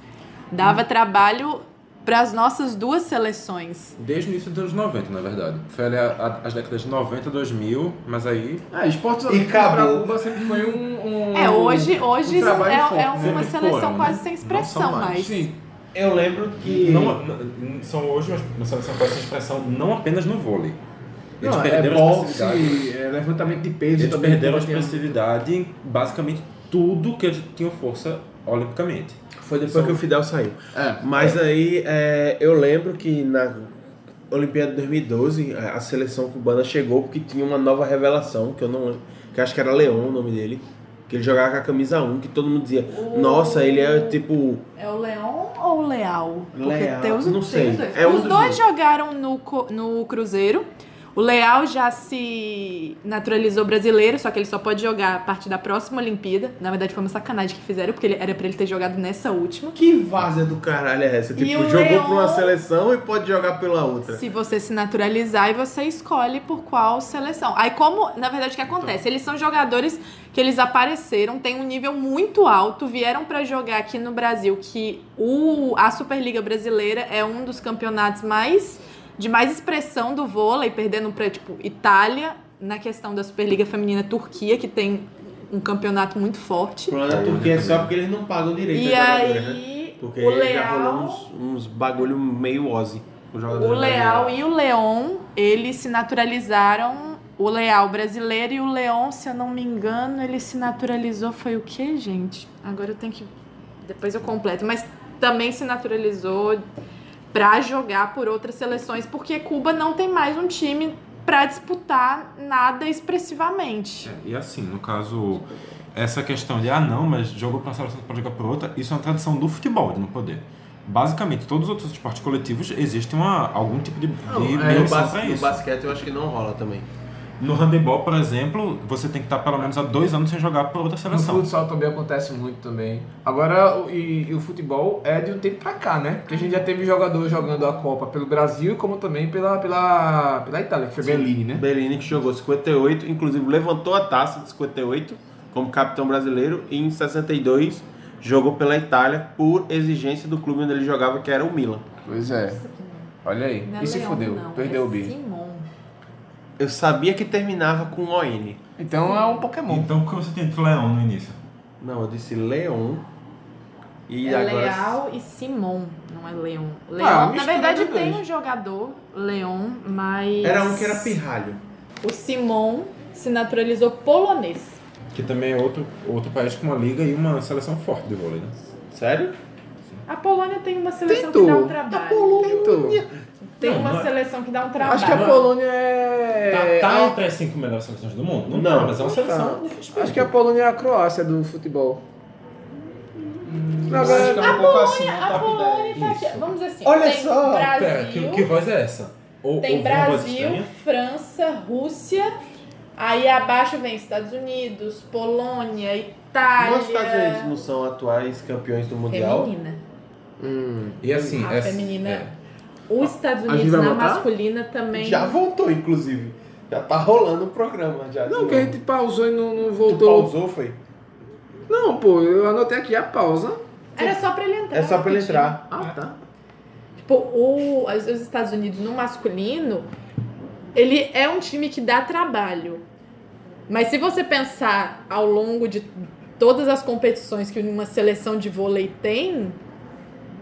Speaker 8: Dava trabalho para as nossas duas seleções.
Speaker 9: Desde o início dos anos 90, na verdade. Foi ali a- a- as décadas de 90, 2000, mas aí...
Speaker 6: É, esportes
Speaker 3: olímpicos pra
Speaker 6: Cuba sempre foi um...
Speaker 8: É, hoje, hoje
Speaker 6: um trabalho
Speaker 8: é,
Speaker 6: forte,
Speaker 8: é
Speaker 9: né?
Speaker 8: uma
Speaker 9: Sempre
Speaker 8: seleção
Speaker 9: foram, né?
Speaker 8: quase sem
Speaker 9: Não
Speaker 8: expressão,
Speaker 9: são mais.
Speaker 8: mas
Speaker 6: Sim.
Speaker 3: Eu lembro que.
Speaker 9: Não, n- são hoje uma- uma seleção com essa expressão não apenas no vôlei. Eles
Speaker 6: Não, é
Speaker 9: perderam a expressividade.
Speaker 6: boxe, é levantamento de peso
Speaker 9: Eles
Speaker 6: também.
Speaker 9: perderam a
Speaker 6: Cuba tem- um
Speaker 9: expressividade em basicamente tudo que eles tinham força olimpicamente.
Speaker 3: Foi depois que o Fidel saiu.
Speaker 6: É.
Speaker 3: Mas aí é, eu lembro que na Olimpíada de 2012 é, a a seleção cubana chegou porque tinha uma nova revelação, que eu não lembro, que acho que era Leon o nome dele, que ele jogava com a camisa 1, que todo mundo dizia, nossa, ele é tipo.
Speaker 8: é o Leão ou o Leal? Porque
Speaker 3: Leal,
Speaker 8: tem os,
Speaker 3: não
Speaker 8: tem
Speaker 3: sei.
Speaker 8: os dois.
Speaker 3: É um
Speaker 8: os
Speaker 3: dos
Speaker 8: dois
Speaker 3: dois.
Speaker 8: jogaram no, co- no Cruzeiro. O Leal já se naturalizou brasileiro, só que ele só pode jogar a partir da próxima Olimpíada. Na verdade, foi uma sacanagem que fizeram, porque ele, era pra ele ter jogado nessa última.
Speaker 3: Que várzea do caralho é essa? Tipo,
Speaker 8: E o
Speaker 3: jogou pra uma
Speaker 8: Leon-
Speaker 3: seleção e pode jogar pela outra.
Speaker 8: Se você se naturalizar e você escolhe por qual seleção. Aí como, na verdade, o que acontece? Eles são jogadores que eles apareceram, têm um nível muito alto, vieram pra jogar aqui no Brasil, que o, a Superliga Brasileira é um dos campeonatos mais de mais expressão do vôlei, perdendo pra, tipo, Itália, na questão da Superliga Feminina Turquia, que tem um campeonato muito
Speaker 3: O
Speaker 8: forte.
Speaker 3: problema da Turquia é só porque eles não pagam direito
Speaker 8: E
Speaker 3: às jogadoras, né?
Speaker 8: aí,
Speaker 3: Porque
Speaker 8: o
Speaker 3: já rolou um
Speaker 8: Leal...
Speaker 3: uns, uns bagulho meio Ozzy. O,
Speaker 8: O Leal e o Leon, eles se naturalizaram. O Leal brasileiro e o Leon, se eu não me engano, ele se naturalizou. Foi o quê, gente? Agora eu tenho que. Depois eu completo. Mas também se naturalizou pra jogar por outras seleções, porque Cuba não tem mais um time pra disputar nada expressivamente.
Speaker 9: É, E assim, no caso, essa questão de ah não, mas jogou pra uma seleção para jogar pra outra, isso é uma tradição do futebol, de não poder. Basicamente, todos os outros esportes coletivos existem uma, algum tipo de, de
Speaker 6: é
Speaker 3: no,
Speaker 9: menção
Speaker 3: bas-
Speaker 9: pra
Speaker 3: assim, no
Speaker 9: isso.
Speaker 3: basquete eu acho que não rola também.
Speaker 9: No handebol, por exemplo, você tem que estar pelo menos há dois anos sem jogar por outra
Speaker 6: No
Speaker 9: seleção.
Speaker 6: futsal também acontece muito também. Agora, o- e, e o futebol é de um tempo pra cá, né? Porque a gente já teve jogador jogando a Copa pelo Brasil, como também pela, pela, pela Itália, que foi Bellini, né?
Speaker 3: Bellini que jogou 58, inclusive levantou a taça de 58 como capitão brasileiro e em 62 jogou pela Itália por exigência do clube onde ele jogava, que era o Milan.
Speaker 6: Pois é. Olha aí.
Speaker 8: Não é
Speaker 6: e se
Speaker 8: Leon,
Speaker 6: fudeu,
Speaker 8: não,
Speaker 6: perdeu
Speaker 8: é
Speaker 6: o bi.
Speaker 8: Simon.
Speaker 3: Eu sabia que terminava com ON.
Speaker 6: Então é um Pokémon.
Speaker 9: Então, por que você tem Leão no início?
Speaker 3: Não, eu disse Leon. E
Speaker 8: é
Speaker 3: agora.
Speaker 8: Leal e Simon, não é Leon. Leon,
Speaker 6: Ah,
Speaker 8: na
Speaker 6: mistura
Speaker 8: verdade
Speaker 6: dos
Speaker 8: tem
Speaker 6: dois.
Speaker 8: um jogador, Leon, mas.
Speaker 3: Era um que era pirralho.
Speaker 8: O Simon se naturalizou polonês.
Speaker 9: Que também é outro, outro país com uma liga e uma seleção forte de vôlei, né?
Speaker 3: Sério?
Speaker 8: A Polônia tem uma seleção
Speaker 6: Tentou.
Speaker 8: que dá um trabalho.
Speaker 6: Tentou.
Speaker 8: Tem
Speaker 9: Não,
Speaker 8: uma
Speaker 9: não é-
Speaker 8: seleção que dá um trabalho.
Speaker 6: Acho que a Polônia é.
Speaker 9: Tá, tá entre as cinco melhores seleções do mundo? Não,
Speaker 3: Não.
Speaker 9: tá, mas é uma seleção de respeito.
Speaker 6: Acho que a Polônia é a Croácia do futebol. Agora-
Speaker 1: Acho que é um pouco assim,
Speaker 8: A
Speaker 1: top
Speaker 8: Polônia
Speaker 1: 10.
Speaker 8: tá aqui. Vamos dizer assim.
Speaker 6: Olha
Speaker 8: tem
Speaker 6: só,
Speaker 8: Brasil,
Speaker 9: Pera, que, que voz é essa? Ou-
Speaker 8: Tem
Speaker 9: ouvi uma voz
Speaker 8: Brasil,
Speaker 9: estranha?
Speaker 8: França, Rússia. Aí abaixo vem Estados Unidos, Polônia, Itália.
Speaker 3: Os Estados Unidos não são atuais campeões do Mundial.
Speaker 8: Feminina.
Speaker 9: E assim,
Speaker 8: A
Speaker 9: é-
Speaker 8: feminina.
Speaker 9: é.
Speaker 8: Os Estados
Speaker 6: A gente
Speaker 8: Unidos
Speaker 6: vai
Speaker 8: na
Speaker 6: voltar?
Speaker 8: masculina também.
Speaker 3: Já voltou, inclusive. Já tá rolando o programa. Já
Speaker 6: Não, que a gente pausou e não, não
Speaker 3: Tu
Speaker 6: voltou.
Speaker 3: pausou, foi?
Speaker 6: Não, pô, eu anotei aqui a pausa.
Speaker 8: Era só pra ele entrar.
Speaker 3: É só pra ele
Speaker 8: rapidinho.
Speaker 3: entrar.
Speaker 6: Ah, tá.
Speaker 8: Tipo, o, os os Estados Unidos no masculino, ele é um time que dá trabalho. Mas se você pensar ao longo de todas as competições que uma seleção de vôlei tem,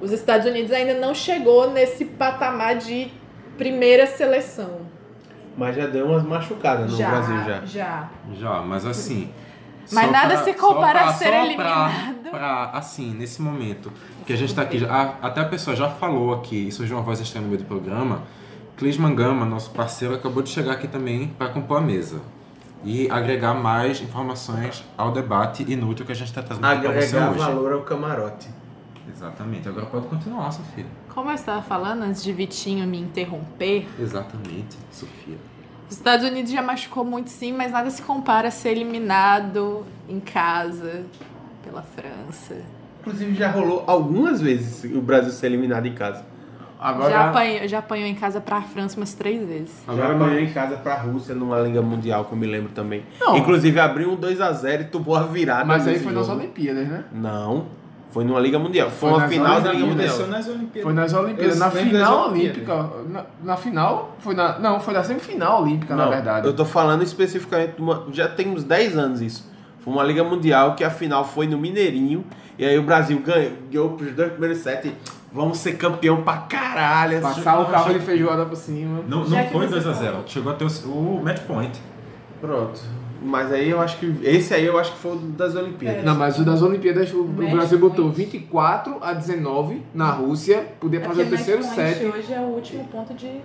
Speaker 8: os Estados Unidos ainda não chegou nesse patamar de primeira seleção.
Speaker 3: Mas já deu umas machucadas no
Speaker 8: já,
Speaker 3: Brasil já.
Speaker 9: Já, mas assim.
Speaker 8: Mas
Speaker 9: só
Speaker 8: nada
Speaker 9: pra-
Speaker 8: se compara
Speaker 9: só pra-
Speaker 8: a ser
Speaker 9: só pra-
Speaker 8: eliminado.
Speaker 9: pra, assim, nesse momento que a gente tá aqui, a- até a pessoa já falou aqui, e surgiu uma voz estranha no meio do programa. Clis Mangama, nosso parceiro, acabou de chegar aqui também para compor a mesa e agregar mais informações ao debate inútil que a gente está trazendo aqui para você
Speaker 3: Agregar
Speaker 9: hoje.
Speaker 3: valor ao camarote.
Speaker 9: Exatamente. Agora pode continuar, Sofia.
Speaker 8: Como eu estava falando antes de Vitinho me interromper,
Speaker 9: Exatamente, Sofia.
Speaker 8: Os Estados Unidos já machucou muito, sim, mas nada se compara a ser eliminado em casa pela França.
Speaker 3: Inclusive já rolou algumas vezes o Brasil ser eliminado em casa.
Speaker 8: Já,
Speaker 7: Agora,
Speaker 8: apanhou, já apanhou em casa pra França umas três vezes.
Speaker 3: Agora amanhã em casa pra Rússia numa Liga Mundial, que eu me lembro também. Inclusive abriu um 2x0 e tomou a virada.
Speaker 6: Mas aí
Speaker 3: nesse
Speaker 6: foi nas
Speaker 3: jogo.
Speaker 6: Olimpíadas, né?
Speaker 3: Não, foi numa Liga Mundial.
Speaker 6: Foi
Speaker 3: Foi, uma
Speaker 6: nas
Speaker 3: final da Liga
Speaker 6: Olimpíadas.
Speaker 3: Mundial.
Speaker 1: Começou nas Olimpíadas.
Speaker 6: Foi nas Olimpíadas.
Speaker 1: Eu
Speaker 6: Na
Speaker 1: lembro das
Speaker 6: final
Speaker 1: Olimpíadas.
Speaker 6: olímpica. Na, na final? Foi na. Não, foi na semifinal olímpica, na
Speaker 3: Não,
Speaker 6: verdade.
Speaker 3: Eu tô falando especificamente de uma. Já tem uns 10 anos isso. Foi uma Liga Mundial que a final foi no Mineirinho. E aí o Brasil ganhou, ganhou pros dois primeiros sets. e Vamos ser campeão pra caralho. esse
Speaker 6: Passar
Speaker 3: jogo-
Speaker 6: o carro de feijoada por cima.
Speaker 9: Não,
Speaker 8: Já
Speaker 9: não
Speaker 8: que
Speaker 9: foi
Speaker 8: você
Speaker 9: 2x0. Chegou até o, o match point.
Speaker 3: Pronto. Mas aí eu acho que. Esse aí eu acho que foi o das Olimpíadas.
Speaker 6: É. Não, mas o das Olimpíadas, o, o
Speaker 8: Match
Speaker 6: Brasil botou
Speaker 8: point.
Speaker 6: 24 a 19 na Rússia, podia
Speaker 8: É
Speaker 6: fazer o terceiro set.
Speaker 8: hoje é o último ponto de.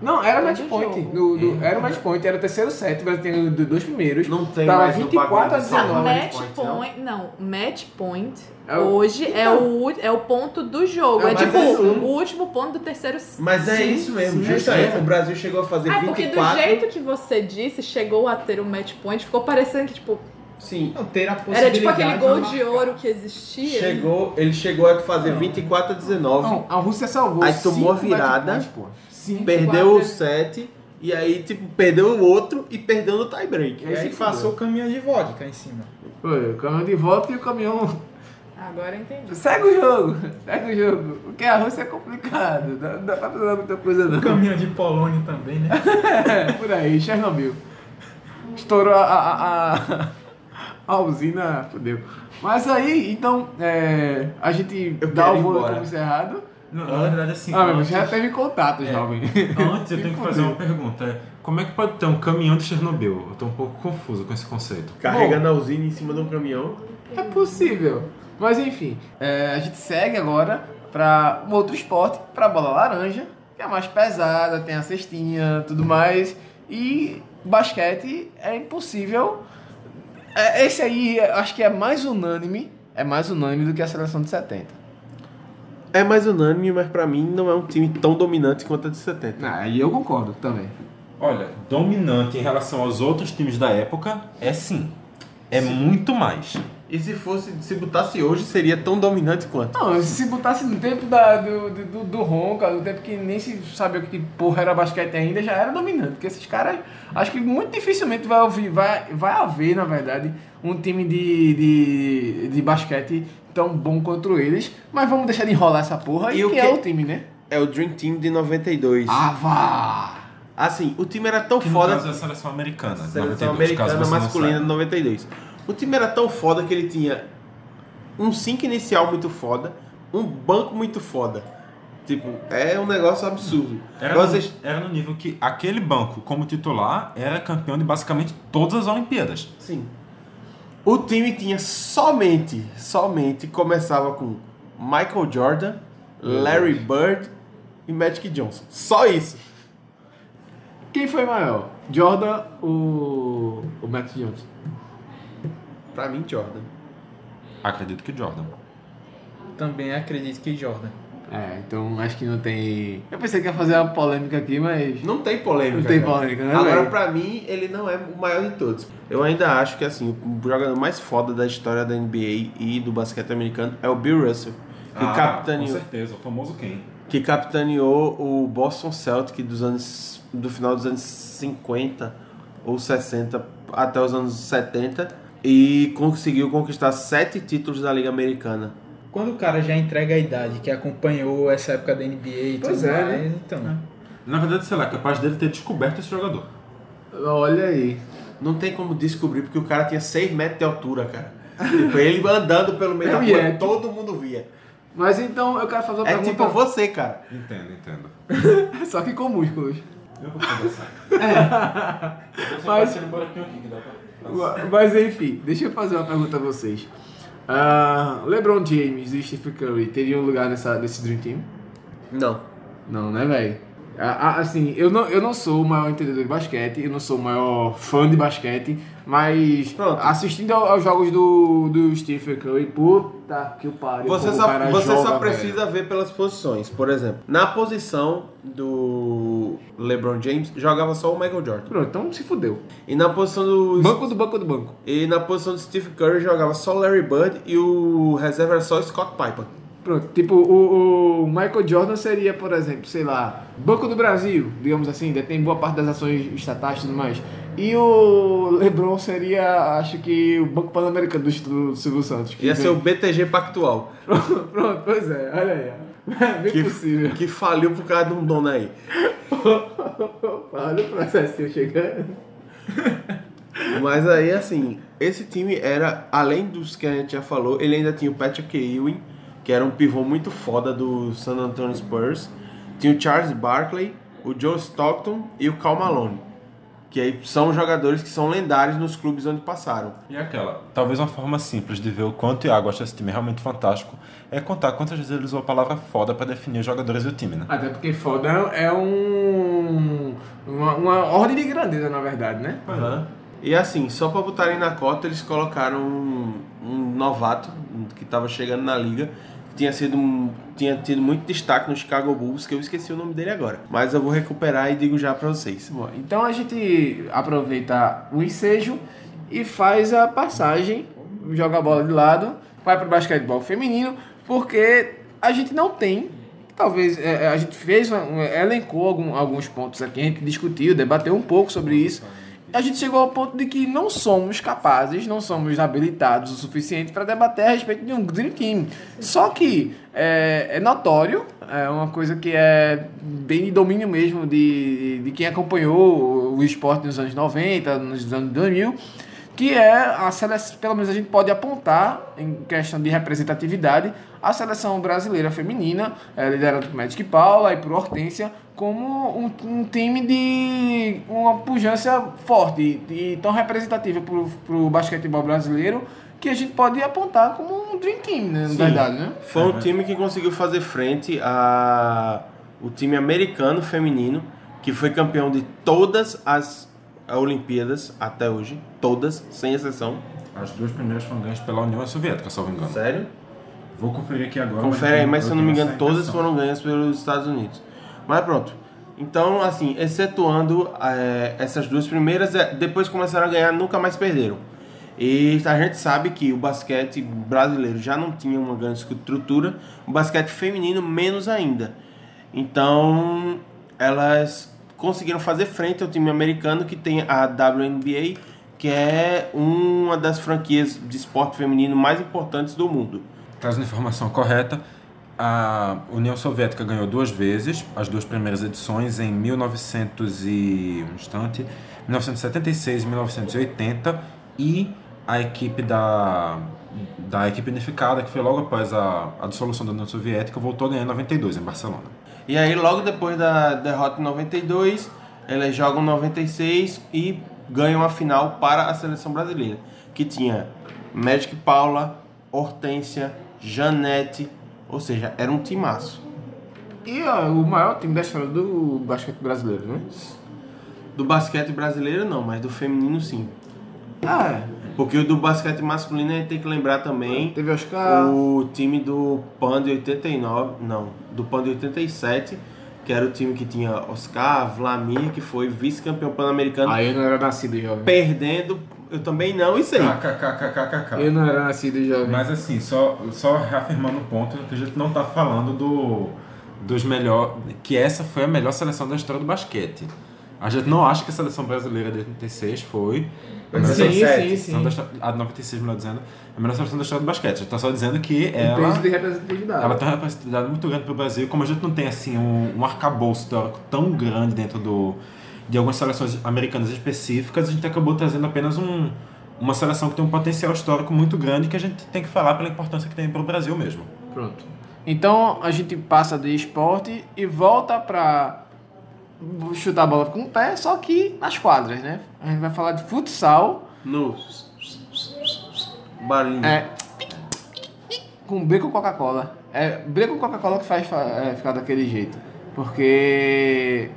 Speaker 6: Não, era
Speaker 8: Todo
Speaker 6: match point.
Speaker 8: Tá jogo.
Speaker 6: No- no- era o match point, era o terceiro set, o Brasil tinha ganho dos dois primeiros.
Speaker 3: É. Não tem
Speaker 6: Tava
Speaker 3: mais no
Speaker 6: 24 a
Speaker 3: pagode só.
Speaker 6: 19.
Speaker 3: Tá,
Speaker 8: match
Speaker 3: match point, não?
Speaker 8: point. então. Não, match point
Speaker 6: É o-
Speaker 8: hoje é, o, ú- é o ponto do jogo.
Speaker 6: É,
Speaker 8: É,
Speaker 6: mas
Speaker 8: tipo
Speaker 3: é
Speaker 8: o último ponto do terceiro set.
Speaker 3: Mas é
Speaker 6: Sim,
Speaker 3: isso mesmo,
Speaker 6: sim,
Speaker 3: justamente.
Speaker 6: sim.
Speaker 3: O Brasil chegou a fazer
Speaker 8: Ah, porque do
Speaker 3: 24.
Speaker 8: jeito que você disse, chegou a ter o match point, ficou parecendo que, tipo,
Speaker 3: Sim.
Speaker 1: Não, ter a possibilidade.
Speaker 8: era tipo aquele gol
Speaker 1: mas-
Speaker 8: de ouro que existia.
Speaker 3: Chegou, ele chegou a fazer 24 a 19.
Speaker 6: Não, a Rússia salvou.
Speaker 3: Aí
Speaker 6: cinco
Speaker 3: tomou a virada.
Speaker 6: match points, pô. Cinco.
Speaker 3: Perdeu o
Speaker 8: quatro.
Speaker 3: 7 e aí, tipo, perdeu o outro e perdeu no tie-break.
Speaker 1: E aí passou o caminhão de vodka em cima.
Speaker 6: Foi, o caminhão de volta e o caminhão.
Speaker 8: Agora eu entendi.
Speaker 6: Segue o jogo, segue o jogo. Porque a Rússia é complicado, não dá pra fazer muita coisa não.
Speaker 1: O caminhão de Polônia também, né?
Speaker 6: É, por aí, Chernobyl. Estourou a, a, a, a usina, fodeu. Mas aí, então, é, a gente
Speaker 3: Eu
Speaker 6: dá
Speaker 3: quero
Speaker 6: o
Speaker 3: ir
Speaker 6: vôlei
Speaker 3: embora.
Speaker 6: como encerrado.
Speaker 9: Na, na verdade, assim.
Speaker 6: Ah, meu,
Speaker 9: antes-
Speaker 6: já teve contato, jovem.
Speaker 9: Antes eu
Speaker 6: Me
Speaker 9: tenho que
Speaker 6: fudeu.
Speaker 9: fazer uma pergunta. é, Como é que pode ter um caminhão de Chernobyl? Eu tô um pouco confuso com esse conceito.
Speaker 3: Carregando a usina em cima de um caminhão.
Speaker 6: É possível. Mas enfim, é, a gente segue agora pra um outro esporte, pra bola laranja, que é mais pesada, tem a cestinha, tudo mais. E basquete é impossível. É, esse aí, é, acho que é mais unânime, é mais unânime do que a seleção de 70.
Speaker 3: É mais unânime, mas pra mim não é um time tão dominante quanto a de 70.
Speaker 6: Ah, e eu concordo também.
Speaker 9: Olha, dominante em relação aos outros times da época é sim. É muito mais.
Speaker 3: E se fosse, se botasse hoje, seria tão dominante quanto?
Speaker 6: Não, se botasse no tempo da, do, do, do- do Ronca, no tempo que nem se sabia o que porra era basquete ainda, já era dominante. Porque esses caras, acho que muito dificilmente vai ouvir, vai, vai haver, na verdade, um time de, de, de basquete tão bom quanto eles. Mas vamos deixar de enrolar essa porra. E,
Speaker 3: E o
Speaker 6: que, Ah,
Speaker 3: que-
Speaker 6: é o time, né?
Speaker 3: É o Dream Team de 92.
Speaker 6: Ava!
Speaker 3: Assim, o time era tão
Speaker 9: Que no
Speaker 3: foda.
Speaker 9: caso é a seleção americana.
Speaker 3: Seleção
Speaker 9: 92, caso
Speaker 3: americana
Speaker 9: você não
Speaker 3: masculina de
Speaker 9: saiba.
Speaker 3: 92. O time era tão foda que ele tinha um sync inicial muito foda, um banco muito foda. Tipo, é um negócio absurdo.
Speaker 9: Era, um
Speaker 3: Agora vocês-
Speaker 9: no, era no nível que aquele banco, como titular, era campeão de basicamente todas as Olimpíadas.
Speaker 3: Sim. O time tinha somente, somente começava com Michael Jordan, Larry Bird e Magic Johnson. Só isso.
Speaker 6: Quem foi maior? Jordan ou o Max Johnson?
Speaker 3: Pra mim, Jordan.
Speaker 9: Acredito que Jordan.
Speaker 1: Também acredito que Jordan.
Speaker 6: É, então acho que não tem. Eu pensei que ia fazer uma polêmica aqui, mas.
Speaker 3: Não tem polêmica.
Speaker 6: Não tem
Speaker 3: cara.
Speaker 6: polêmica, né,
Speaker 3: Agora,
Speaker 6: velho?
Speaker 3: pra mim, ele não é o maior de todos. Eu ainda acho que, assim, o jogador mais foda da história da NBA e do basquete americano é o Bill Russell. Que,
Speaker 9: Ah, Com
Speaker 3: capitaneou,
Speaker 9: certeza, o famoso quem?
Speaker 3: que capitaneou o Boston Celtic dos anos, do final dos anos 50 ou 60 até os anos 70 e conseguiu conquistar sete títulos da Liga Americana.
Speaker 1: Quando o cara já entrega a idade, que acompanhou essa época da NBA e
Speaker 6: Pois
Speaker 1: tudo
Speaker 6: é,
Speaker 1: mais, então.
Speaker 9: Na verdade, sei lá, é capaz dele ter descoberto esse jogador.
Speaker 6: Olha aí.
Speaker 3: Não tem como descobrir, porque o cara tinha 6 metros de altura, cara. Tipo, ele andando pelo meio
Speaker 6: É
Speaker 3: da
Speaker 6: um
Speaker 3: rua,
Speaker 6: Yeti.
Speaker 3: todo mundo via.
Speaker 6: Mas então eu quero fazer uma
Speaker 3: É
Speaker 6: pergunta.
Speaker 3: tipo você, cara.
Speaker 9: Entendo, entendo.
Speaker 6: Só que com músculos.
Speaker 9: Eu vou conversar.
Speaker 3: É.
Speaker 6: Mas-
Speaker 9: Mas... aqui que dá pra...
Speaker 6: Mas enfim, deixa eu fazer uma pergunta a vocês. Ah, LeBron James e Stephen Curry teriam lugar nessa, nesse Dream Team?
Speaker 3: Não.
Speaker 6: Não, né, velho? Ah, ah, Assim, eu não, eu não sou o maior entendedor de basquete, eu não sou o maior fã de basquete, mas
Speaker 3: Pronto.
Speaker 6: assistindo ao- aos jogos do, do Stephen Curry, puta que pariu.
Speaker 3: Você
Speaker 6: como o
Speaker 3: só,
Speaker 6: cara
Speaker 3: você
Speaker 6: joga,
Speaker 3: só
Speaker 6: velho.
Speaker 3: precisa ver pelas posições. Por exemplo, na posição do LeBron James, jogava só o Michael Jordan.
Speaker 6: Pronto, então se fudeu.
Speaker 3: E na posição do.
Speaker 6: Banco do banco do banco.
Speaker 3: E na posição do Steve Curry jogava só o Larry Bird e o reserva era só o Scott Piper.
Speaker 6: Pronto, tipo, o, o Michael Jordan seria, por exemplo, sei lá, Banco do Brasil, digamos assim, detém boa parte das ações estatais e tudo mais. E o LeBron seria, acho que, o Banco Pan-Americano do, do Silvio Santos. que
Speaker 3: Ia
Speaker 6: vem-
Speaker 3: ser o BTG Pactual,
Speaker 6: Pronto, pois é, olha aí. ó. Bem
Speaker 3: Que-
Speaker 6: possível.
Speaker 3: que faliu por causa de um dono aí.
Speaker 6: Opa, olha o processinho chegando.
Speaker 3: Mas aí, assim, esse time era, além dos que a gente já falou, ele ainda tinha o Patrick Ewing, que era um pivô muito foda do San Antonio Spurs. Tinha o Charles Barkley, o Joe Stockton e o Cal Malone. Que aí são jogadores que são lendários nos clubes onde passaram.
Speaker 9: E aquela, talvez uma forma simples de ver o quanto o Iago acha esse time realmente fantástico é contar quantas vezes ele usou a palavra foda pra definir os jogadores do time, né?
Speaker 6: Até porque foda é um. Uma, uma ordem de grandeza, na verdade, né?
Speaker 3: E assim, só pra botarem na cota, eles colocaram um, um novato um que tava chegando na liga, que tinha sido um- tinha tido muito destaque no Chicago Bulls, que eu esqueci o nome dele agora. Mas eu vou recuperar e digo já pra vocês.
Speaker 6: Bom, então a gente aproveita o ensejo e faz a passagem, joga a bola de lado, vai pro basquetebol feminino, porque a gente não tem, talvez, é, é, a gente fez, uma- um- elencou algum- alguns pontos aqui, a gente discutiu, debateu um pouco sobre isso. A gente chegou ao ponto de que não somos capazes, não somos habilitados o suficiente para debater a respeito de um Dream Team. Só que é, é notório, é uma coisa que é bem de domínio mesmo de, de quem acompanhou o esporte nos anos 90, nos anos 2000, que é a seleção, pelo menos a gente pode apontar, em questão de representatividade, a seleção brasileira feminina, eh, liderada por Magic Paula e por Hortência, como um, um time de uma pujança forte e tão representativa para o basquetebol brasileiro, que a gente pode apontar como um dream team, né, na
Speaker 3: Sim.
Speaker 6: verdade, né?
Speaker 3: Foi um time que conseguiu fazer frente a o time americano feminino, que foi campeão de todas as Olimpíadas até hoje, todas, sem exceção.
Speaker 9: As duas primeiras foram ganhas pela União Soviética, se eu não me engano.
Speaker 3: Sério?
Speaker 9: Vou conferir aqui agora.
Speaker 3: Confere aí, mas se eu não me
Speaker 9: tenho
Speaker 3: engano,
Speaker 9: essa
Speaker 3: todas
Speaker 9: impressão.
Speaker 3: foram ganhas pelos Estados Unidos. Mas pronto. Então, assim, excetuando eh, essas duas primeiras, eh, depois começaram a ganhar, nunca mais perderam. E a gente sabe que o basquete brasileiro já não tinha uma grande estrutura, o basquete feminino menos ainda. Então, elas conseguiram fazer frente ao time americano que tem a WNBA, que é uma das franquias de esporte feminino mais importantes do mundo.
Speaker 9: Traz a informação correta. A União Soviética ganhou duas vezes, as duas primeiras edições em 1900 e um instante, 1976 e 1980 e a equipe da, da equipe unificada, que foi logo após a, a dissolução da União Soviética, voltou a ganhar em 92 em Barcelona.
Speaker 3: E aí, logo depois da derrota em 92, eles jogam 96 e ganham a final para a seleção brasileira, que tinha Magic Paula, Hortência, Janete, ou seja, era um timaço.
Speaker 6: E ó, o maior time da história do basquete brasileiro, né?
Speaker 3: Do basquete brasileiro não, mas do feminino sim.
Speaker 6: Ah,
Speaker 3: Porque o do basquete masculino a gente tem que lembrar também
Speaker 6: é. Teve Oscar.
Speaker 3: o time do PAN de 89, não, do PAN de 87, que era o time que tinha Oscar, Vlamir, que foi vice-campeão pan-americano,
Speaker 6: Ah, eu não era nascido jovem.
Speaker 3: perdendo, eu também não, isso aí.
Speaker 6: Eu
Speaker 9: KKKKKK.
Speaker 6: não era nascido jovem.
Speaker 9: Mas assim, só, só reafirmando o ponto que a gente não tá falando do, dos melhor que essa foi a melhor seleção da história do basquete. A gente não acha que a seleção brasileira de 86 foi a melhor
Speaker 6: Sim,
Speaker 9: seleção-
Speaker 6: sim,
Speaker 9: seleção
Speaker 6: sim.
Speaker 9: da histó- a de 96, melhor dizendo, a melhor seleção da história do basquete. A gente tá só dizendo que
Speaker 6: Um
Speaker 9: ela
Speaker 6: peso de representatividade.
Speaker 9: Ela tem uma representatividade muito grande pro Brasil, como a gente não tem assim um, um arcabouço teórico tão grande dentro do, de algumas seleções americanas específicas, a gente acabou trazendo apenas um, uma seleção que tem um potencial histórico muito grande que a gente tem que falar pela importância que tem pro Brasil mesmo.
Speaker 6: Pronto. Então a gente passa de esporte e volta pra chutar a bola com o pé, só que nas quadras, né? A gente vai falar de futsal
Speaker 3: No barulhinho.
Speaker 6: é, com beco Coca-Cola. É beco Coca-Cola que faz fa- é, ficar daquele jeito. Porque.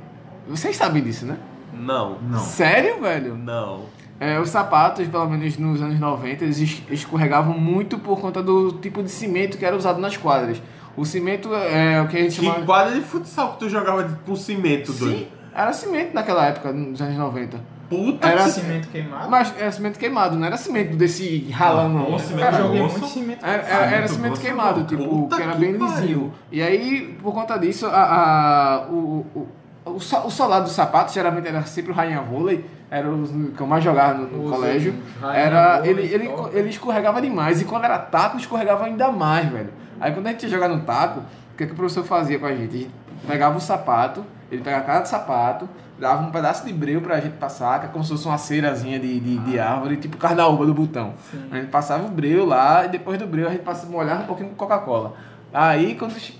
Speaker 6: Vocês sabem disso, né?
Speaker 3: Não. Não.
Speaker 6: Sério, velho?
Speaker 3: Não.
Speaker 6: É, os sapatos, pelo menos nos anos 90, eles es- escorregavam muito por conta do tipo de cimento que era usado nas quadras. O cimento é o que a gente chama.
Speaker 3: Que quadra de futsal que tu jogava de- com cimento,
Speaker 6: Sim,
Speaker 3: doido?
Speaker 6: era cimento naquela época, nos anos 90.
Speaker 3: Puta
Speaker 6: Era
Speaker 1: Cimento queimado.
Speaker 6: Mas era cimento queimado, não era cimento desse ralando.
Speaker 9: Não,
Speaker 6: não.
Speaker 9: o cimento
Speaker 1: Eu
Speaker 6: Cara,
Speaker 1: joguei
Speaker 9: grosso.
Speaker 1: muito cimento.
Speaker 6: era, era- era
Speaker 9: cimento
Speaker 6: cimento
Speaker 9: grosso,
Speaker 6: queimado, tipo,
Speaker 3: puta
Speaker 6: que era
Speaker 3: que
Speaker 6: bem
Speaker 3: pariu.
Speaker 6: lisinho. E aí, por conta disso, a, a- o, o, o, o so- o solado do sapato geralmente era sempre o rainha vôlei, era o que eu mais jogava no, no
Speaker 1: Os
Speaker 6: colégio.
Speaker 1: rainha
Speaker 6: Era,
Speaker 1: vôlei,
Speaker 6: ele, ele,
Speaker 1: toca.
Speaker 6: ele escorregava demais, e quando era taco, escorregava ainda mais, velho. Aí quando a gente ia jogar no taco, o que, que o professor fazia com a gente? A gente pegava o sapato, ele pegava cada sapato, dava um pedaço de breu pra gente passar, que é como se fosse uma ceirazinha de, de, de árvore, tipo carnaúba do botão. A gente passava o breu lá, e depois do breu a gente passava, molhava um pouquinho com Coca-Cola. Aí quando che-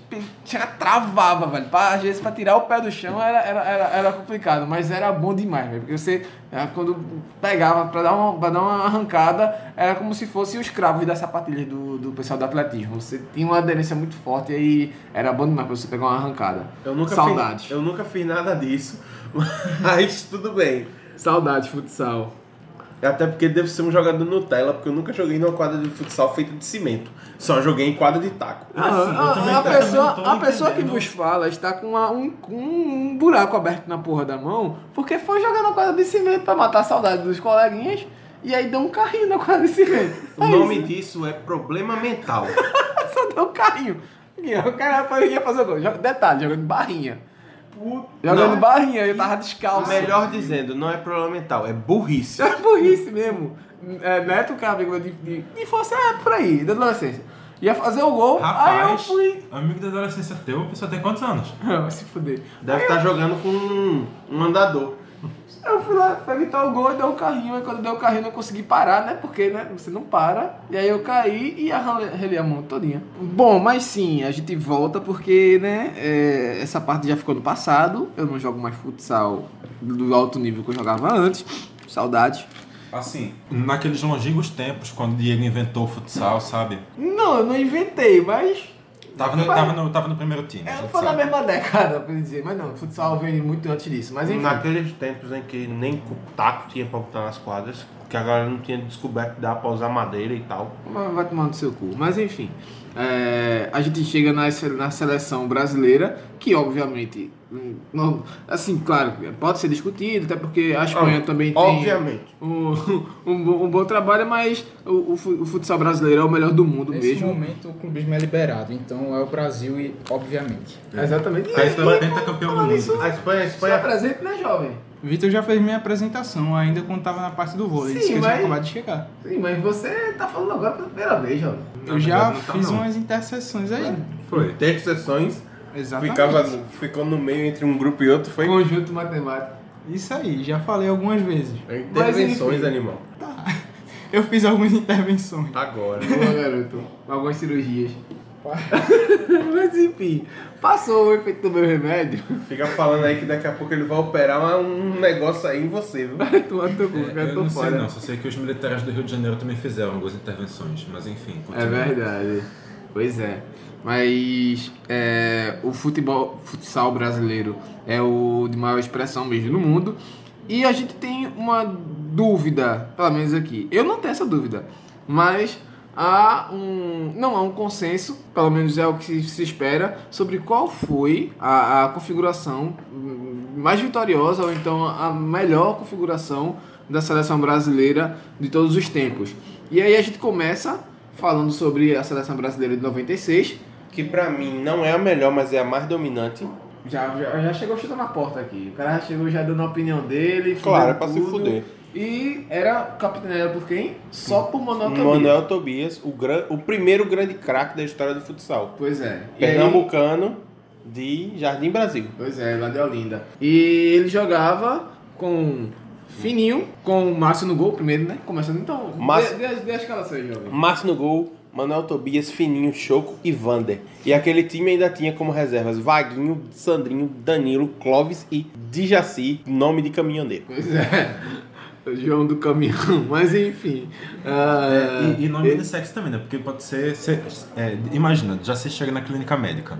Speaker 6: chega, travava, velho. Pra, às vezes pra tirar o pé do chão era, era, era, era complicado, mas era bom demais, velho. Porque você, é, quando pegava pra dar, uma, pra dar uma arrancada, era como se fosse os cravos da sapatilha do, do pessoal do atletismo. Você tinha uma aderência muito forte e aí era bom demais pra você pegar uma arrancada.
Speaker 3: Eu nunca
Speaker 6: Saudades.
Speaker 3: Fiz, eu nunca fiz nada disso, mas tudo bem.
Speaker 6: Saudades, futsal.
Speaker 3: Até porque devo ser um jogador Nutella, porque eu nunca joguei numa quadra de futsal feita de cimento. Só joguei em quadra de taco.
Speaker 6: Ah, a- a, pessoa, a pessoa que vos fala está com uma- um, com um buraco aberto na porra da mão porque foi jogar na quadra de cimento pra matar a saudade dos coleguinhas e aí deu um carrinho na quadra de cimento.
Speaker 3: O
Speaker 6: É
Speaker 3: nome
Speaker 6: isso.
Speaker 3: disso é problema mental.
Speaker 6: Só deu um carrinho. E O cara foi- ia fazer gol. Joga- Detalhe, jogando barrinha. Jogando
Speaker 3: Não.
Speaker 6: barrinha, eu tava
Speaker 3: Ou
Speaker 6: descalço.
Speaker 3: melhor dizendo, não é problema mental, é burrice.
Speaker 6: Isso é burrice mesmo. É, Neto, cara, amigo meu de, de, de força, é por aí, da adolescência. Ia fazer o gol, aí eu
Speaker 9: Rapaz,
Speaker 6: fui.
Speaker 9: amigo da adolescência teu, a pessoa tem quantos anos?
Speaker 6: Vai se fuder.
Speaker 3: Deve estar jogando com um, um andador.
Speaker 6: Eu fui lá pra evitar o gol e deu um carrinho. Aí quando deu o carrinho eu não consegui parar, né? Porque, né? Você não para. E aí eu caí e arrelei a mão todinha. Bom, mas sim, a gente volta porque, né? é, essa parte já ficou no passado. Eu não jogo mais futsal do alto nível que eu jogava antes. Saudade.
Speaker 9: Assim, naqueles longínquos tempos, quando o Diego inventou o futsal, sabe?
Speaker 6: Não, eu não inventei, mas...
Speaker 9: Tava no,
Speaker 6: Vai.
Speaker 9: tava no, tava no primeiro time, a
Speaker 6: É,
Speaker 9: gente
Speaker 6: foi na
Speaker 9: sabe.
Speaker 6: mesma década, pra dizer. Mas não, futsal veio muito antes disso. Mas enfim.
Speaker 3: Naqueles tempos em que nem taco tinha pra botar nas quadras, que a galera não tinha descoberto que dava pra usar madeira e tal.
Speaker 6: Mas Vai tomar no seu cu. Mas enfim, é, a gente chega na, se- na seleção brasileira, que obviamente. hum, Não, assim, claro, pode ser discutido, até porque a Espanha também
Speaker 3: Obviamente.
Speaker 6: tem um, um, bom- um bom trabalho, mas o, o fu- o futsal brasileiro é o melhor do mundo
Speaker 1: Nesse
Speaker 6: mesmo.
Speaker 1: momento o clubismo é liberado, então é o Brasil e, obviamente.
Speaker 6: Exatamente.
Speaker 9: A Espanha pentacampeão do é mundo.
Speaker 3: A Espanha, a
Speaker 6: Espanha
Speaker 3: Espanha
Speaker 6: presente, né, jovem?
Speaker 10: Vitor já fez minha apresentação, ainda quando tava na parte do vôlei.
Speaker 6: Sim,
Speaker 10: disse que eu
Speaker 6: mas-
Speaker 10: tinha acabado de chegar.
Speaker 6: Sim, mas você tá falando agora pela primeira vez, jovem.
Speaker 10: eu já
Speaker 9: verdade, não tá,
Speaker 10: fiz
Speaker 9: não.
Speaker 10: umas interseções aí.
Speaker 9: Foi.
Speaker 3: teve sessões,
Speaker 10: Exatamente.
Speaker 3: ficava, no- ficou no meio entre um grupo e outro, foi
Speaker 6: Conjunto matemático.
Speaker 10: Isso aí, já falei algumas vezes.
Speaker 3: intervenções, animal.
Speaker 10: eu fiz algumas intervenções.
Speaker 3: Agora.
Speaker 6: Boa, garoto. Algumas cirurgias. Mas enfim, passou o efeito do meu remédio.
Speaker 3: Fica falando aí que daqui a pouco ele vai operar uma- um negócio aí em você, viu?
Speaker 6: Vai tomar teu cu, cara,
Speaker 9: É, Eu
Speaker 6: tô
Speaker 9: não sei
Speaker 6: fora.
Speaker 9: não, só sei que os militares do Rio de Janeiro também fizeram algumas intervenções, mas enfim,
Speaker 6: É
Speaker 9: continua.
Speaker 6: verdade. Pois é. Mas é, o futebol, futsal brasileiro é o de maior expressão mesmo no mundo. E a gente tem uma dúvida, pelo menos aqui. Eu não tenho essa dúvida, mas há um não há um consenso, pelo menos é o que se- se espera, sobre qual foi a, a configuração hum, mais vitoriosa ou então a melhor configuração da seleção brasileira de todos os tempos. E aí a gente começa falando sobre a seleção brasileira de 96.
Speaker 3: Que pra mim não é a melhor, mas é a mais dominante.
Speaker 6: Já, já, já chegou chutando a porta aqui. O cara já chegou já dando a opinião dele. fudendo
Speaker 3: Claro, é pra se
Speaker 6: tudo.
Speaker 3: fuder.
Speaker 6: E era capitaneada por quem? Só por Manuel Tobias.
Speaker 3: Manuel Tobias, o, gran... o primeiro grande craque da história do futsal.
Speaker 6: Pois é. E aí-
Speaker 3: Pernambucano de Jardim Brasil.
Speaker 6: Pois é, lá de Olinda. E ele jogava com Fininho, com o Márcio no gol primeiro, né? Começando então.
Speaker 3: Márcio-
Speaker 6: Dê, dê, dê a escalação aí, jovem.
Speaker 3: Márcio no gol, Manuel Tobias, Fininho, Choco e Vander. E aquele time ainda tinha como reservas Vaguinho, Sandrinho, Danilo, Clóvis e Dijaci, nome de caminhoneiro.
Speaker 6: Pois é. O João do caminhão. Mas enfim. ah,
Speaker 9: É, E, e nome do sexo também, né? Porque pode ser. ser- é, imagina, Jaci chega na clínica médica.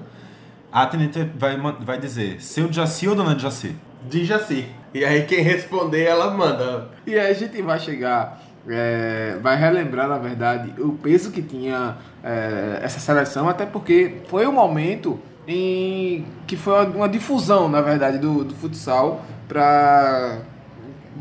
Speaker 9: A atendente vai, man- vai dizer, seu Jaci ou dona Jaci?
Speaker 3: Dijaci. E aí quem responder, ela manda.
Speaker 6: E aí a gente vai chegar, é, vai relembrar, na verdade, o peso que tinha é, essa seleção, até porque foi um momento em que foi uma difusão, na verdade, do, do futsal para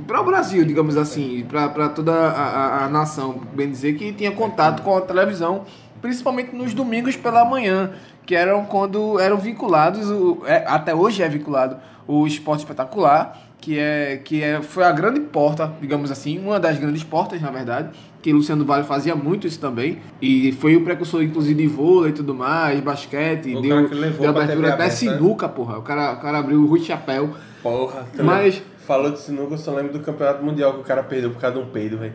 Speaker 6: para o Brasil, digamos assim, para toda a, a- a nação, bem dizer, que tinha contato com a televisão, principalmente nos domingos pela manhã, que eram quando eram vinculados, o- é, até hoje é vinculado, o esporte espetacular, que, é, que é, foi a grande porta, digamos assim, uma das grandes portas, na verdade, que Luciano Vale fazia muito isso também, e foi o precursor, inclusive, de vôlei e tudo mais, basquete,
Speaker 3: O cara
Speaker 6: deu,
Speaker 3: que levou
Speaker 6: deu
Speaker 3: pra TV
Speaker 6: abertura até
Speaker 3: aberta. né?
Speaker 6: sinuca, porra, o cara, o cara abriu o Rui Chapéu,
Speaker 3: Porra, tu
Speaker 6: Mas-
Speaker 3: lembra? Falou de sinuca, eu só lembro do campeonato mundial que o cara perdeu por causa de um peido, velho.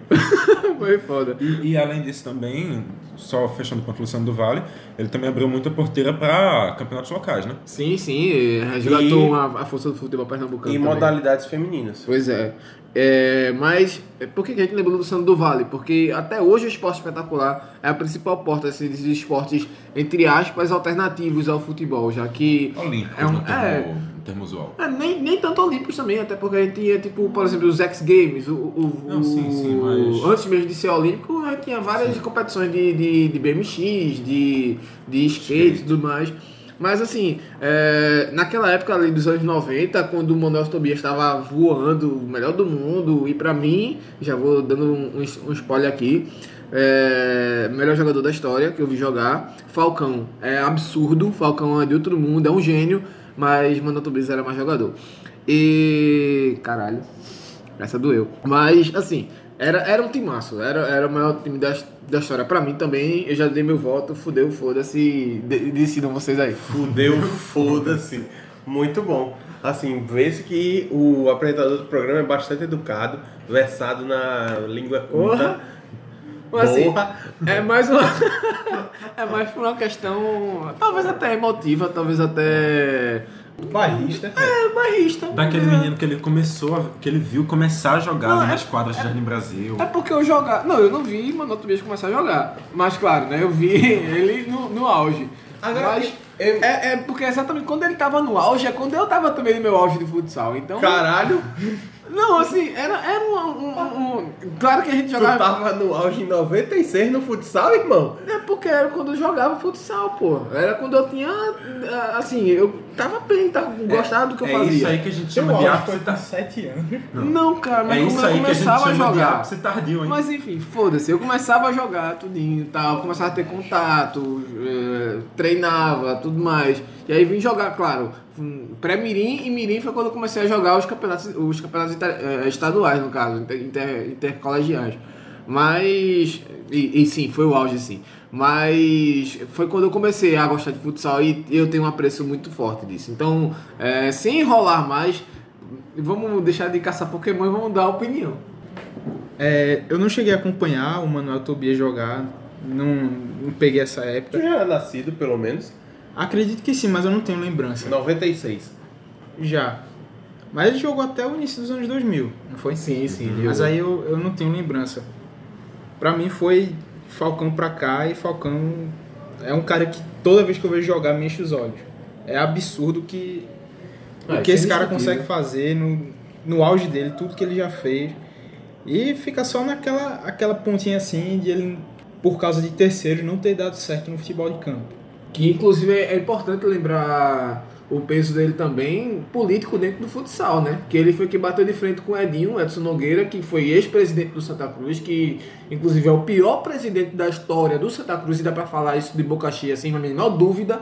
Speaker 6: foi foda.
Speaker 9: E, e além disso também, só fechando o ponto do Luciano do Vale, ele também abriu muita porteira para campeonatos locais, né?
Speaker 6: Sim, sim, eh, resgatou a, a força do futebol pernambucano.
Speaker 3: E
Speaker 6: também.
Speaker 3: modalidades femininas.
Speaker 6: Pois é. É, mas eh, por que que a gente lembrou do Luciano do Vale? Porque até hoje o esporte espetacular é a principal porta assim, desses esportes, entre aspas, alternativos ao futebol, já que.
Speaker 9: Olímpico,
Speaker 6: É um-
Speaker 9: no termo,
Speaker 6: é.
Speaker 9: no termo usual.
Speaker 6: É, nem, nem tanto olímpicos também, até porque a gente tinha, tipo, por exemplo, os X Games. O, o-
Speaker 9: Não, sim, sim, mas-
Speaker 6: o- Antes mesmo de ser olímpico, a gente tinha várias competições de, de, de BMX, de, de skate e tudo mais. Mas assim, é, naquela época ali dos anos 90, quando o Manuel Tobias estava voando, o melhor do mundo, e pra mim, já vou dando um, um es- um spoiler aqui, é, melhor jogador da história que eu vi jogar, Falcão. É absurdo, Falcão é de outro mundo, é um gênio, mas Manuel Tobias era mais jogador. E. caralho. Essa doeu. Mas, assim, era, era um timaço. Era, era o maior time da, da história. Pra mim também, eu já dei meu voto. Fudeu, foda-se. de- Decidam vocês aí.
Speaker 3: Fudeu, foda-se. Muito bom. Assim, vê-se que o apresentador do programa é bastante educado, versado na língua culta.
Speaker 6: Mas, assim,
Speaker 3: Porra.
Speaker 6: é mais uma... é mais por uma questão... Talvez até emotiva, talvez até...
Speaker 3: Barrista,
Speaker 6: É, barrista.
Speaker 9: Daquele
Speaker 6: É.
Speaker 9: menino que ele começou, a- que ele viu começar a jogar
Speaker 6: Não,
Speaker 9: ali
Speaker 6: é-
Speaker 9: nas quadras de Jardim Brasil.
Speaker 6: É porque eu jogar... Não, eu não vi Manoel Tobias começar a jogar. Mas, claro, né? Eu vi ele no, no auge.
Speaker 3: Agora,
Speaker 6: mas...
Speaker 3: eu-
Speaker 6: É, é porque exatamente quando ele tava no auge é quando eu tava também no meu auge de futsal. Então...
Speaker 3: Caralho,
Speaker 6: Não, assim, era, era um, um- um- um- Claro que a gente
Speaker 3: tu
Speaker 6: jogava.
Speaker 3: tava no auge em 96 no futsal, irmão.
Speaker 6: É porque era quando eu jogava futsal, pô. Era quando eu tinha. ah, Assim, eu tava bem, tava, gostava do que eu
Speaker 9: É
Speaker 6: fazia.
Speaker 9: isso aí que a gente
Speaker 10: Eu
Speaker 9: chama de
Speaker 10: acho que foi
Speaker 9: ápice
Speaker 10: com
Speaker 9: tardio.
Speaker 10: 7 anos.
Speaker 6: Não, cara, mas
Speaker 9: É
Speaker 6: quando
Speaker 9: isso
Speaker 6: eu
Speaker 9: aí que a gente
Speaker 6: começava a
Speaker 9: chama de
Speaker 6: jogar.
Speaker 9: ápice tardio, hein?
Speaker 6: Mas enfim, foda-se, eu começava a jogar tudinho e tal, começava a ter contato, eh, treinava, tudo mais. E aí vim jogar, claro, hum, pré-mirim e mirim foi quando eu comecei a jogar os campeonatos, os campeonatos inter- eh, estaduais, no caso, inter- inter- intercolegiais. Mas, e, e sim, foi o auge, sim. Mas foi quando eu comecei a gostar de futsal e eu tenho um apreço muito forte disso. Então, eh, sem enrolar mais, vamos deixar de caçar Pokémon e vamos dar opinião.
Speaker 1: É, eu não cheguei a acompanhar o Manuel Tobias jogar, não, não peguei essa
Speaker 3: Tu
Speaker 1: época.
Speaker 3: já era nascido, pelo menos.
Speaker 1: Acredito que sim, mas eu não tenho lembrança.
Speaker 3: 96.
Speaker 1: Já. Mas ele jogou até o início dos anos 2000, não foi?
Speaker 3: Sim, sim.
Speaker 1: Mas
Speaker 3: eu-
Speaker 1: aí eu, eu não tenho lembrança. Pra mim foi Falcão pra cá e Falcão é um cara que toda vez que eu vejo jogar me enche os olhos. É absurdo que
Speaker 3: É,
Speaker 1: o que esse
Speaker 3: sem
Speaker 1: cara
Speaker 3: discutir,
Speaker 1: consegue
Speaker 3: né?
Speaker 1: fazer no, no auge dele, tudo que ele já fez. E fica só naquela aquela pontinha assim de ele, por causa de terceiros, não ter dado certo no futebol de campo.
Speaker 6: Que inclusive é é importante lembrar o peso dele também político dentro do futsal, né? Que ele foi que bateu de frente com o Edinho, Edson Nogueira, que foi ex-presidente do Santa Cruz, que inclusive é o pior presidente da história do Santa Cruz, e dá pra falar isso de boca cheia sem a menor dúvida.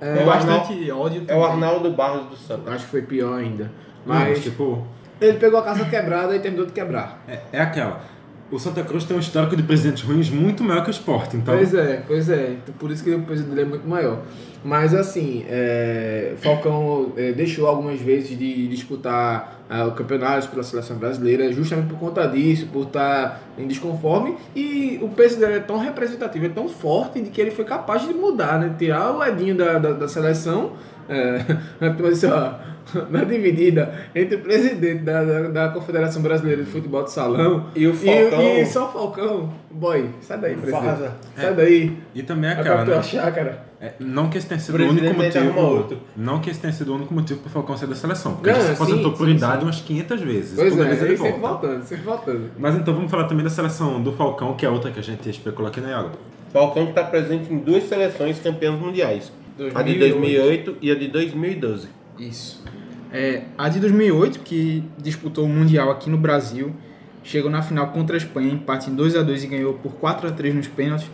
Speaker 6: É,
Speaker 1: Com bastante ódio.
Speaker 3: É o Arnaldo Barros do Santos.
Speaker 6: Acho que foi pior ainda.
Speaker 9: Mas,
Speaker 6: Mas
Speaker 9: tipo,
Speaker 6: ele pegou a casa quebrada e terminou de quebrar.
Speaker 9: é, é aquela. O Santa Cruz tem um histórico de presidentes ruins muito maior que o esporte, então.
Speaker 6: Pois é, pois é. Então, Por isso que o peso dele é muito maior. Mas assim, é, Falcão é, deixou algumas vezes de disputar ah, o campeonato pela seleção brasileira, justamente por conta disso, por estar em desconforme. E o peso dele é tão representativo, é tão forte, de que ele foi capaz de mudar, né? Tirar o Edinho da, da, da seleção, é, mas, ó, na dividida entre o presidente da, da, da Confederação Brasileira de Futebol de Salão
Speaker 3: E o Falcão-
Speaker 6: e, e só o Falcão. Boy, sai daí, presidente.
Speaker 3: Vaza.
Speaker 6: Sai daí.
Speaker 9: E também é
Speaker 6: Vai pra
Speaker 9: aquela,
Speaker 6: tua
Speaker 9: né?
Speaker 6: chácara.
Speaker 9: É, não que esse tenha sido o
Speaker 3: Presidente
Speaker 9: único
Speaker 3: mete
Speaker 6: é
Speaker 9: motivo.
Speaker 3: arruma outro.
Speaker 9: Não que esse tenha sido o único motivo pro Falcão sair da seleção. Porque
Speaker 6: Não,
Speaker 9: ele se aposentou
Speaker 6: sim,
Speaker 9: por
Speaker 6: sim,
Speaker 9: idade
Speaker 6: sim.
Speaker 9: umas 500 vezes.
Speaker 6: Pois
Speaker 9: Toda
Speaker 6: é,
Speaker 9: vez
Speaker 6: ele
Speaker 9: ele
Speaker 6: sempre
Speaker 9: volta.
Speaker 6: voltando, sempre voltando.
Speaker 9: Mas então vamos falar também da seleção do Falcão, que é outra que a gente especula aqui na Iago.
Speaker 3: Falcão que está presente em duas seleções campeãs mundiais. A de 2008 e a de 2012.
Speaker 1: Isso. É, a de 2008, que disputou o Mundial aqui no Brasil, chegou na final contra a Espanha, empate em 2 a 2 e ganhou por 4 a 3 nos pênaltis.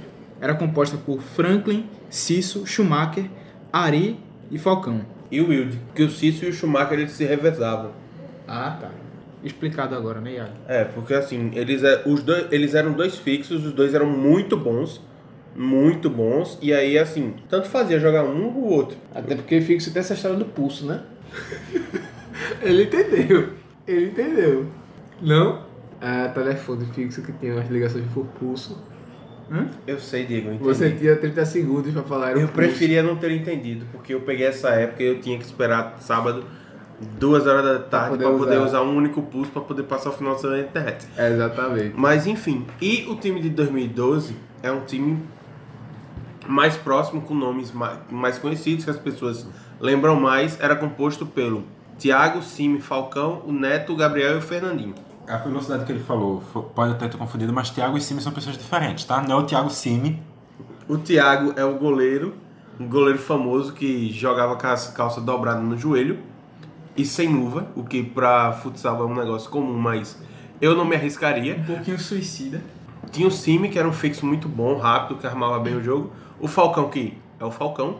Speaker 1: Era composta por Franklin, Cisso, Schumacher, Ari e Falcão.
Speaker 3: E o Wilde, que o Cício e o Schumacher eles se revezavam.
Speaker 1: Ah, tá. Explicado agora, né, Iago?
Speaker 3: É, porque assim, eles, é- os dois, eles eram dois fixos, os dois eram muito bons. Muito bons. E aí, assim, tanto fazia jogar um ou o outro.
Speaker 6: Até porque fixo tem essa história do pulso, né? ele entendeu. Ele entendeu. Não? Ah, telefone fixo que tinha as ligações por pulso.
Speaker 3: Eu sei, Diego, eu entendi.
Speaker 6: Você tinha 30 segundos pra falar. era um
Speaker 3: Eu
Speaker 6: pulso.
Speaker 3: preferia não ter entendido, porque eu peguei essa época e eu tinha que esperar sábado, duas horas da tarde,
Speaker 6: poder
Speaker 3: pra poder,
Speaker 6: usar.
Speaker 3: usar. um único pulso pra poder passar o final de semana na internet.
Speaker 6: É, Exatamente.
Speaker 3: Mas enfim, e o time de 2012 é um time mais próximo, com nomes ma- mais conhecidos, que as pessoas lembram mais, era composto pelo Thiago, Cime, Falcão, o Neto, o Gabriel e o Fernandinho.
Speaker 9: A velocidade que ele falou fo- pode até ter confundido, mas Thiago e Cime são pessoas diferentes, tá? Não é o Thiago Cime.
Speaker 3: O Thiago é o goleiro, um goleiro famoso que jogava com as calça dobrada no joelho e sem luva, o que pra futsal é um negócio comum, mas eu não me arriscaria.
Speaker 1: Um pouquinho suicida.
Speaker 3: Tinha o Cime, que era um fixo muito bom, rápido, que armava bem o jogo. O Falcão, que é o Falcão.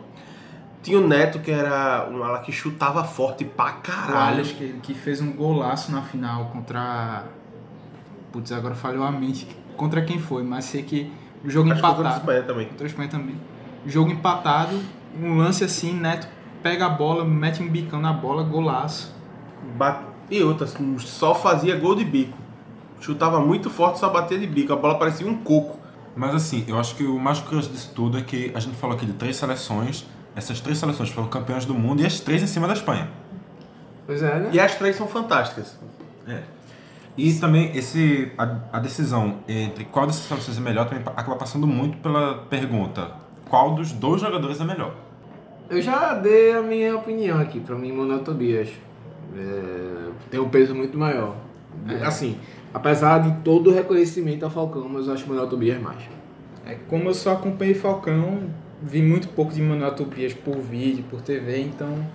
Speaker 3: Tinha o Neto, que era um ala que chutava forte pra
Speaker 1: O
Speaker 3: caralho.
Speaker 1: Alias, que, que fez um golaço na final contra. Putz, agora falhou a mente. Contra quem foi, mas sei que o jogo
Speaker 3: Acho que foi contra a
Speaker 1: empatado.
Speaker 3: Espanha também.
Speaker 1: Contra a Espanha também. Jogo empatado, um lance assim, Neto pega a bola, mete um bicão na bola, golaço.
Speaker 3: Bat- E outra, assim, só fazia gol de bico. Chutava muito forte, só batia de bico. A bola parecia um coco.
Speaker 9: Mas assim, eu acho que o mais curioso disso tudo é que a gente falou aqui de três seleções. Essas três seleções foram campeãs do mundo e as três em cima da Espanha.
Speaker 6: Pois é, né?
Speaker 3: E as três são fantásticas.
Speaker 9: E também esse a, a decisão entre qual dessas seleções é melhor também pa- acaba passando muito pela pergunta qual dos dois jogadores é melhor.
Speaker 6: Eu já dei a minha opinião aqui, pra mim monotobias é, tem um peso muito maior. Assim, apesar de todo o reconhecimento ao Falcão, mas eu acho monotobias mais.
Speaker 1: É, como eu só acompanhei Falcão, vi muito pouco de Manuel Tobias por vídeo, por TV, então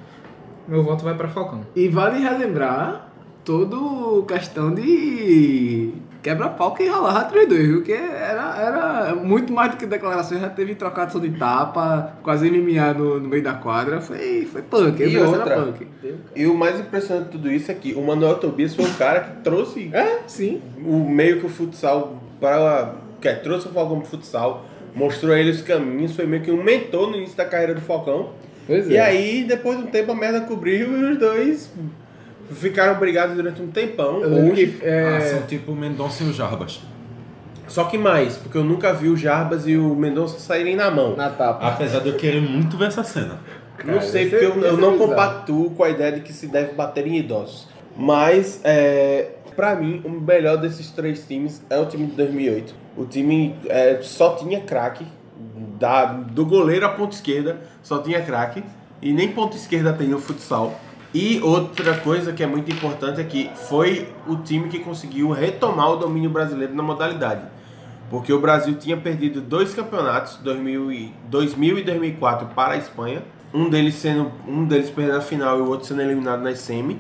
Speaker 1: meu voto vai pra Falcão.
Speaker 6: E vale relembrar todo o questão de quebra-pau que rolava 3-2, viu? Que era, era muito mais do que declarações, já teve trocação de tapa, quase MMA no, no meio da quadra, foi, foi punk,
Speaker 3: E
Speaker 6: a violência era
Speaker 3: outra?
Speaker 6: punk.
Speaker 3: E o mais impressionante de tudo isso é que o Manuel Tobias foi um cara que trouxe
Speaker 6: É, sim.
Speaker 3: o meio que o futsal para que é, trouxe o Falcão pro futsal, mostrou a ele os caminhos, foi meio que um mentor no início da carreira do Falcão.
Speaker 6: Pois
Speaker 3: E aí, depois de um tempo, a merda cobriu e os dois Ficaram brigados durante um tempão.
Speaker 6: Eu lembro
Speaker 3: Hoje,
Speaker 6: que, é,
Speaker 7: Ah, são tipo o Mendonça e o Jarbas.
Speaker 3: Só que mais, porque eu nunca vi o Jarbas e o Mendonça saírem na mão.
Speaker 6: na tapa.
Speaker 7: Apesar de eu querer muito ver essa cena.
Speaker 3: não
Speaker 6: cara,
Speaker 3: sei,
Speaker 6: esse-
Speaker 3: porque eu,
Speaker 6: esse
Speaker 3: eu
Speaker 6: é
Speaker 3: não
Speaker 6: bizarro.
Speaker 3: compactuo com a ideia de que se deve bater em idosos. Mas, é, para mim, o melhor desses três times é o time de 2008. O time é, só tinha craque, da- do goleiro à ponta esquerda, só tinha craque. E nem ponta esquerda tem no futsal. E outra coisa que é muito importante é que foi o time que conseguiu retomar o domínio brasileiro na modalidade. Porque o Brasil tinha perdido dois campeonatos, 2000 e, 2000 e 2004, para a Espanha. Um deles sendo um deles perdendo a final e o outro sendo eliminado na semi.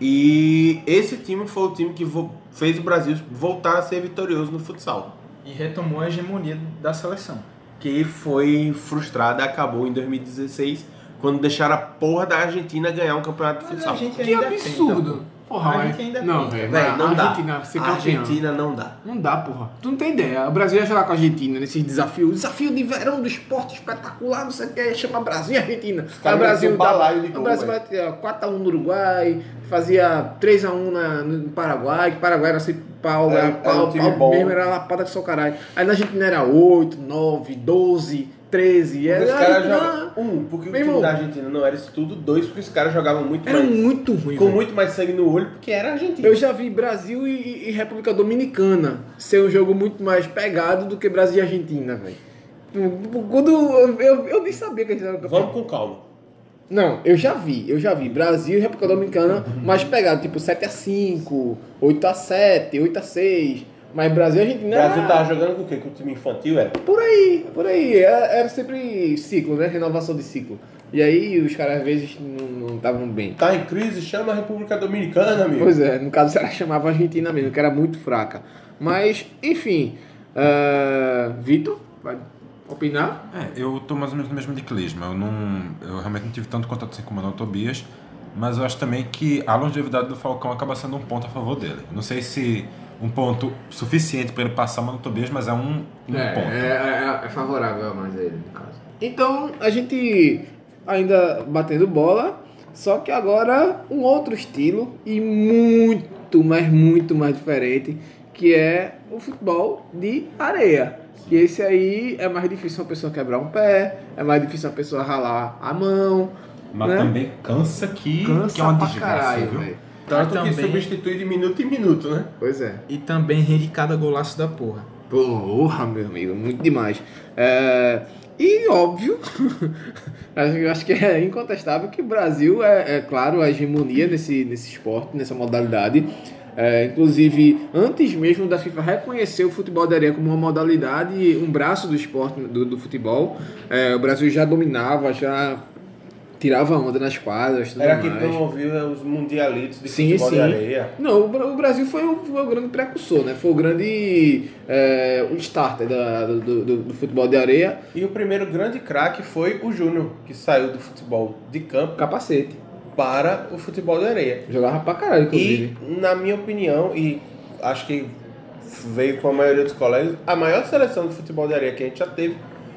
Speaker 3: E esse time foi o time que vo- fez o Brasil voltar a ser vitorioso no futsal,
Speaker 1: E retomou a hegemonia da seleção.
Speaker 3: que foi frustrada, acabou em 2016, quando deixaram a porra da Argentina ganhar um campeonato de futsal.
Speaker 6: Que absurdo. Porra,
Speaker 1: então. A
Speaker 6: mas-
Speaker 1: gente ainda
Speaker 6: Não,
Speaker 1: tem.
Speaker 6: velho.
Speaker 3: Véi, não
Speaker 6: a
Speaker 3: dá.
Speaker 6: Argentina, ser
Speaker 3: a
Speaker 6: campeã.
Speaker 3: Argentina não dá.
Speaker 6: Não dá, porra. Tu não tem ideia. O Brasil ia jogar com a Argentina nesse desafio. Desafio de verão do esporte espetacular, não sei o que, chama Brasil e Argentina. Aí
Speaker 3: caras
Speaker 6: o Brasil
Speaker 3: metem um
Speaker 6: dava-
Speaker 3: balaio de gol,
Speaker 6: O Brasil
Speaker 3: velho.
Speaker 6: batia 4x1 no Uruguai, fazia 3x1 na- no Paraguai, que Paraguai era assim, pau,
Speaker 3: Era-
Speaker 6: era,
Speaker 3: era
Speaker 6: pau,
Speaker 3: um time
Speaker 6: pau
Speaker 3: bom.
Speaker 6: mesmo, era lapada que só caralho. Aí na Argentina era 8, 9, 12, 13. Era,
Speaker 3: Os caras
Speaker 6: Argentina-
Speaker 3: jogavam. Um, porque o
Speaker 6: Meu
Speaker 3: time
Speaker 6: irmão.
Speaker 3: da Argentina não era isso tudo. Dois, porque os caras jogavam muito
Speaker 6: era um
Speaker 3: mais.
Speaker 6: muito ruim,
Speaker 3: com
Speaker 6: velho.
Speaker 3: muito mais sangue no olho, porque era Argentina.
Speaker 6: Eu já vi Brasil e, e República Dominicana ser um jogo muito mais pegado do que Brasil e Argentina, velho. Quando eu, eu, eu nem sabia que a gente era campeão.
Speaker 3: Vamos com calma.
Speaker 6: Não, eu já vi, eu já vi. Brasil e República Dominicana mais pegado, tipo 7x5, 8x7, 8x6. Mas Brasil e
Speaker 3: O
Speaker 6: Argentina
Speaker 3: Brasil tá-
Speaker 6: era
Speaker 3: tava jogando com o quê? Com o time infantil, é? era?
Speaker 6: por aí, por aí. Era, era sempre ciclo, né? Renovação de ciclo. E aí os caras às vezes não estavam bem.
Speaker 3: Tá em crise, chama a República Dominicana, amigo.
Speaker 6: Pois é, no caso ela chamava Argentina mesmo, que era muito fraca. Mas, enfim. ah, Vitor, vai opinar?
Speaker 7: É, eu tô mais ou menos no mesmo declismo. Eu não. Eu realmente não tive tanto contato assim com o Manuel Tobias. Mas eu acho também que a longevidade do Falcão acaba sendo um ponto a favor dele. Não sei se um ponto suficiente pra ele passar o Manuel Tobias, mas é um, um ponto.
Speaker 6: é. favorável a mais a ele, no caso. Então, a gente ainda batendo bola, só que agora um outro estilo e muito, mas muito mais diferente, que é o futebol de areia. Que esse aí é mais difícil uma pessoa quebrar um pé, é mais difícil uma pessoa ralar a mão.
Speaker 7: Mas
Speaker 6: né?
Speaker 7: também cansa que, que é uma desgraça, viu?
Speaker 6: velho.
Speaker 3: Tanto
Speaker 1: Tá, Também.
Speaker 3: que substitui de minuto em minuto, né?
Speaker 6: Pois é.
Speaker 1: E também rende cada golaço da porra.
Speaker 6: Porra, meu amigo, muito demais. É, E óbvio, acho- eu acho que é incontestável que o Brasil é, é, claro, a hegemonia nesse, nesse esporte, nessa modalidade. É, inclusive, antes mesmo da FIFA reconhecer o futebol de areia como uma modalidade, um braço do esporte, do, do futebol, é, o Brasil já dominava, já tirava onda nas quadras. Tudo
Speaker 3: Era quem
Speaker 6: mais.
Speaker 3: promoveu né, os mundialitos de
Speaker 6: Sim,
Speaker 3: futebol de
Speaker 6: sim.
Speaker 3: areia.
Speaker 6: Não, o Bra- o Brasil foi o, foi o grande precursor, né? Foi o grande é, o starter da- do, do- do futebol de areia,
Speaker 3: E o primeiro grande craque foi o Júnior, que saiu do futebol de campo
Speaker 6: capacete.
Speaker 3: para o futebol de areia.
Speaker 6: Jogava pra caralho,
Speaker 3: E,
Speaker 6: inclusive.
Speaker 3: na minha opinião, e acho que veio com a maioria dos colegas, a maior seleção de futebol de areia que a gente já teve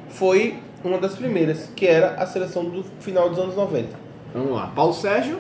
Speaker 3: foi uma das primeiras, que era a seleção do final dos anos 90.
Speaker 6: Vamos lá. Paulo Sérgio,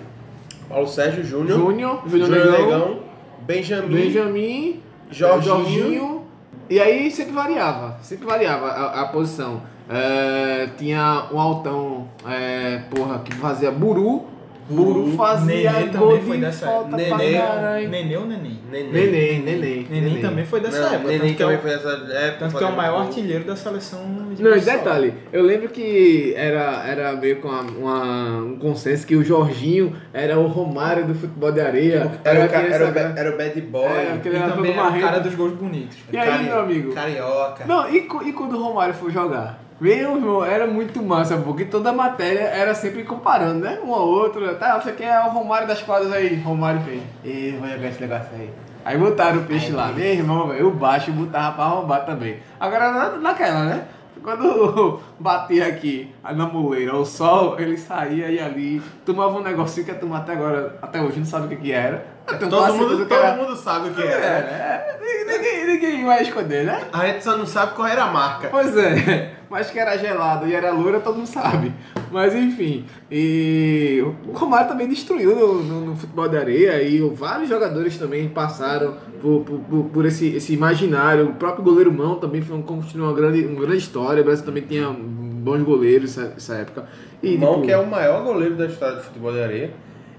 Speaker 3: Paulo Sérgio Júnior,
Speaker 6: Júnior, Júnior
Speaker 3: Júnior
Speaker 6: Negão,
Speaker 3: Negão, Benjamin,
Speaker 6: Benjamin,
Speaker 3: Jorginho.
Speaker 6: Jorginho. E aí sempre variava, sempre variava a, a posição. É, tinha um altão, é, porra, que fazia buru. Buru,
Speaker 3: Buru,
Speaker 6: fazia
Speaker 1: Nenê
Speaker 6: gol
Speaker 1: também
Speaker 6: de
Speaker 1: foi dessa
Speaker 6: falta
Speaker 1: Nenê,
Speaker 6: pra caralho.
Speaker 1: Nenê ou Neném?
Speaker 3: Neném.
Speaker 6: Neném, neném.
Speaker 1: Neném também foi dessa
Speaker 3: Não,
Speaker 1: época.
Speaker 3: Neném
Speaker 1: tanto que é o-
Speaker 3: também foi dessa época.
Speaker 1: Tanto que é o maior
Speaker 3: fazendo gol.
Speaker 1: artilheiro da seleção.
Speaker 6: Não, e
Speaker 1: de futsal.
Speaker 6: detalhe, eu lembro que era, era meio com uma, uma- um consenso que o Jorginho era o Romário do futebol de areia.
Speaker 3: Era, o, ca-
Speaker 6: aquele
Speaker 3: era, o,
Speaker 6: sagrado-
Speaker 3: ba- era o bad boy.
Speaker 6: É,
Speaker 1: E
Speaker 6: aquele era todo
Speaker 1: também é o
Speaker 6: marrento.
Speaker 1: cara dos gols bonitos.
Speaker 6: E aí, meu amigo?
Speaker 3: Carioca.
Speaker 6: Não, e, cu- e quando o Romário foi jogar? Meu irmão, era muito massa, porque toda a matéria era sempre comparando, né? Um ao outro. Tá, você quer o Romário das quadras aí? Romário fez. Ih, vou jogar esse negócio aí. Aí botaram o peixe lá. Meu irmão, velho, eu baixo botava pra arrombar também. Agora na, naquela, né? Quando batia aqui na moleira o sol, ele saía e ali tomava um negocinho que a turma até agora, até hoje, não sabe o que, que era. Eu tenho
Speaker 3: Todo,
Speaker 6: quase
Speaker 3: mundo,
Speaker 6: certeza
Speaker 3: todo
Speaker 6: que era-
Speaker 3: mundo sabe o que
Speaker 6: é,
Speaker 3: era.
Speaker 6: né? Ninguém, ninguém vai esconder, né?
Speaker 3: A gente só não sabe qual era a marca.
Speaker 6: Pois é, mas que era gelado e era loura, todo mundo sabe. Mas enfim, e o Romário também destruiu no, no- no futebol de areia e vários jogadores também passaram por, por- por- por esse, esse imaginário. O próprio goleiro Mão também foi um, continua uma grande, uma grande história. O Brasil também tinha bons goleiros nessa, nessa época. E,
Speaker 3: Mão,
Speaker 6: tipo,
Speaker 3: que é o maior goleiro da história do futebol de areia.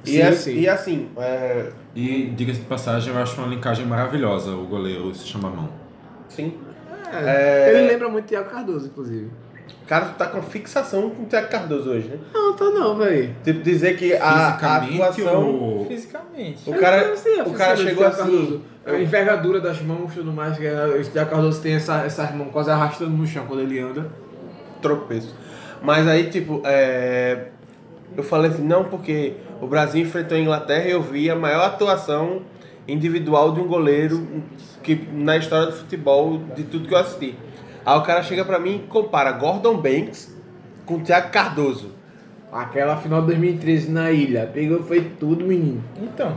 Speaker 3: E,
Speaker 6: Sim,
Speaker 3: é-
Speaker 6: sim.
Speaker 3: e assim, é,
Speaker 9: E, diga-se de passagem, eu acho uma linkagem maravilhosa. O goleiro se chama Mão.
Speaker 3: sim.
Speaker 6: Ele lembra muito Thiago Cardoso, inclusive.
Speaker 3: Cara, tu tá com fixação com o Tiago Cardoso hoje, né?
Speaker 6: Não, tá não, velho.
Speaker 3: Tipo, dizer que a, a
Speaker 9: Fisicamente,
Speaker 3: atuação.
Speaker 9: o-
Speaker 1: Fisicamente.
Speaker 3: O cara,
Speaker 6: é
Speaker 3: o cara chegou assim.
Speaker 6: A É envergadura das mãos e tudo mais, que é- o Thiago Cardoso tem essa, essas mãos quase arrastando no chão quando ele anda.
Speaker 3: tropeço. Mas aí, tipo, é, eu falei assim, não, porque o Brasil enfrentou a Inglaterra e eu vi a maior atuação individual de um goleiro que, na história do futebol, de tudo que eu assisti. Aí o cara chega pra mim e compara Gordon Banks com Thiago Cardoso.
Speaker 6: Aquela final de 2013 na ilha, pegou, foi tudo, menino.
Speaker 1: Então,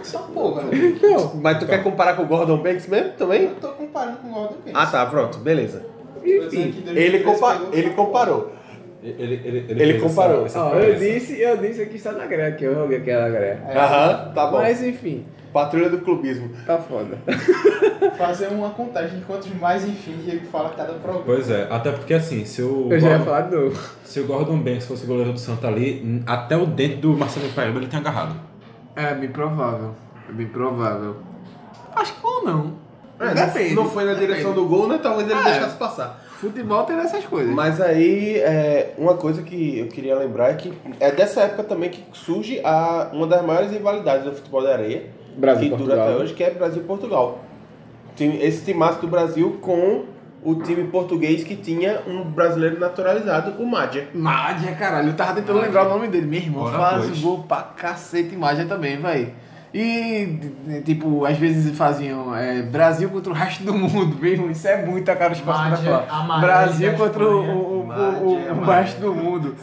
Speaker 11: né?
Speaker 6: Então,
Speaker 3: Mas tu quer comparar com o Gordon Banks mesmo também?
Speaker 11: Tô comparando com o Gordon Banks.
Speaker 3: Ah tá, pronto, beleza.
Speaker 1: é
Speaker 11: é
Speaker 6: enfim.
Speaker 3: Ele, compa ele comparou.
Speaker 9: Ele, ele,
Speaker 3: Ele
Speaker 9: fez essa-
Speaker 3: comparou.
Speaker 9: essa
Speaker 6: Ó, eu
Speaker 9: comparação.
Speaker 6: disse, eu disse que está na greia, que eu joguei aquela greia.
Speaker 3: Aham, tá bom.
Speaker 6: Mas enfim,
Speaker 3: Patrulha do clubismo.
Speaker 6: tá foda.
Speaker 11: Fazer uma contagem de quantos mais enfim Diego fala cada programa.
Speaker 9: Pois é, até porque assim, se o,
Speaker 6: Eu já ia
Speaker 9: Gordon-
Speaker 6: falar de novo.
Speaker 9: se o Gordon Banks fosse o goleiro do Santa ali, n- até o dente do Marcelo Paraíba ele tinha agarrado.
Speaker 6: É bem provável. É bem provável. Acho que ou não.
Speaker 3: É, não-
Speaker 6: Depende.
Speaker 3: não foi na
Speaker 6: depende.
Speaker 3: direção do gol, né? Talvez ele
Speaker 6: É.
Speaker 3: deixasse passar.
Speaker 6: Futebol tem dessas coisas.
Speaker 3: Mas aí, é, uma coisa que eu queria lembrar é que é dessa época também que surge a, uma das maiores rivalidades do futebol da areia,
Speaker 6: Brasil
Speaker 3: que
Speaker 6: e
Speaker 3: dura
Speaker 6: Portugal,
Speaker 3: até
Speaker 6: né?
Speaker 3: hoje, que é Brasil e Portugal. Tem Esse timaço do Brasil com o time português que tinha um brasileiro naturalizado, o Mádia.
Speaker 6: Mádia, caralho, eu tava tentando lembrar o nome dele. Meu irmão,
Speaker 9: Ora,
Speaker 6: faz
Speaker 9: pois.
Speaker 6: gol pra cacete, Mádia também, vai. E, d- d- tipo, às vezes faziam é, Brasil contra o resto do mundo, mesmo. Isso é muita cara de espaço pra
Speaker 11: Mádia,
Speaker 6: falar.
Speaker 11: amarelo
Speaker 6: Brasil
Speaker 11: da
Speaker 6: contra o,
Speaker 11: Espanha.
Speaker 6: o, o-
Speaker 3: Mádia,
Speaker 6: o- o
Speaker 3: amarelo.
Speaker 6: resto do mundo.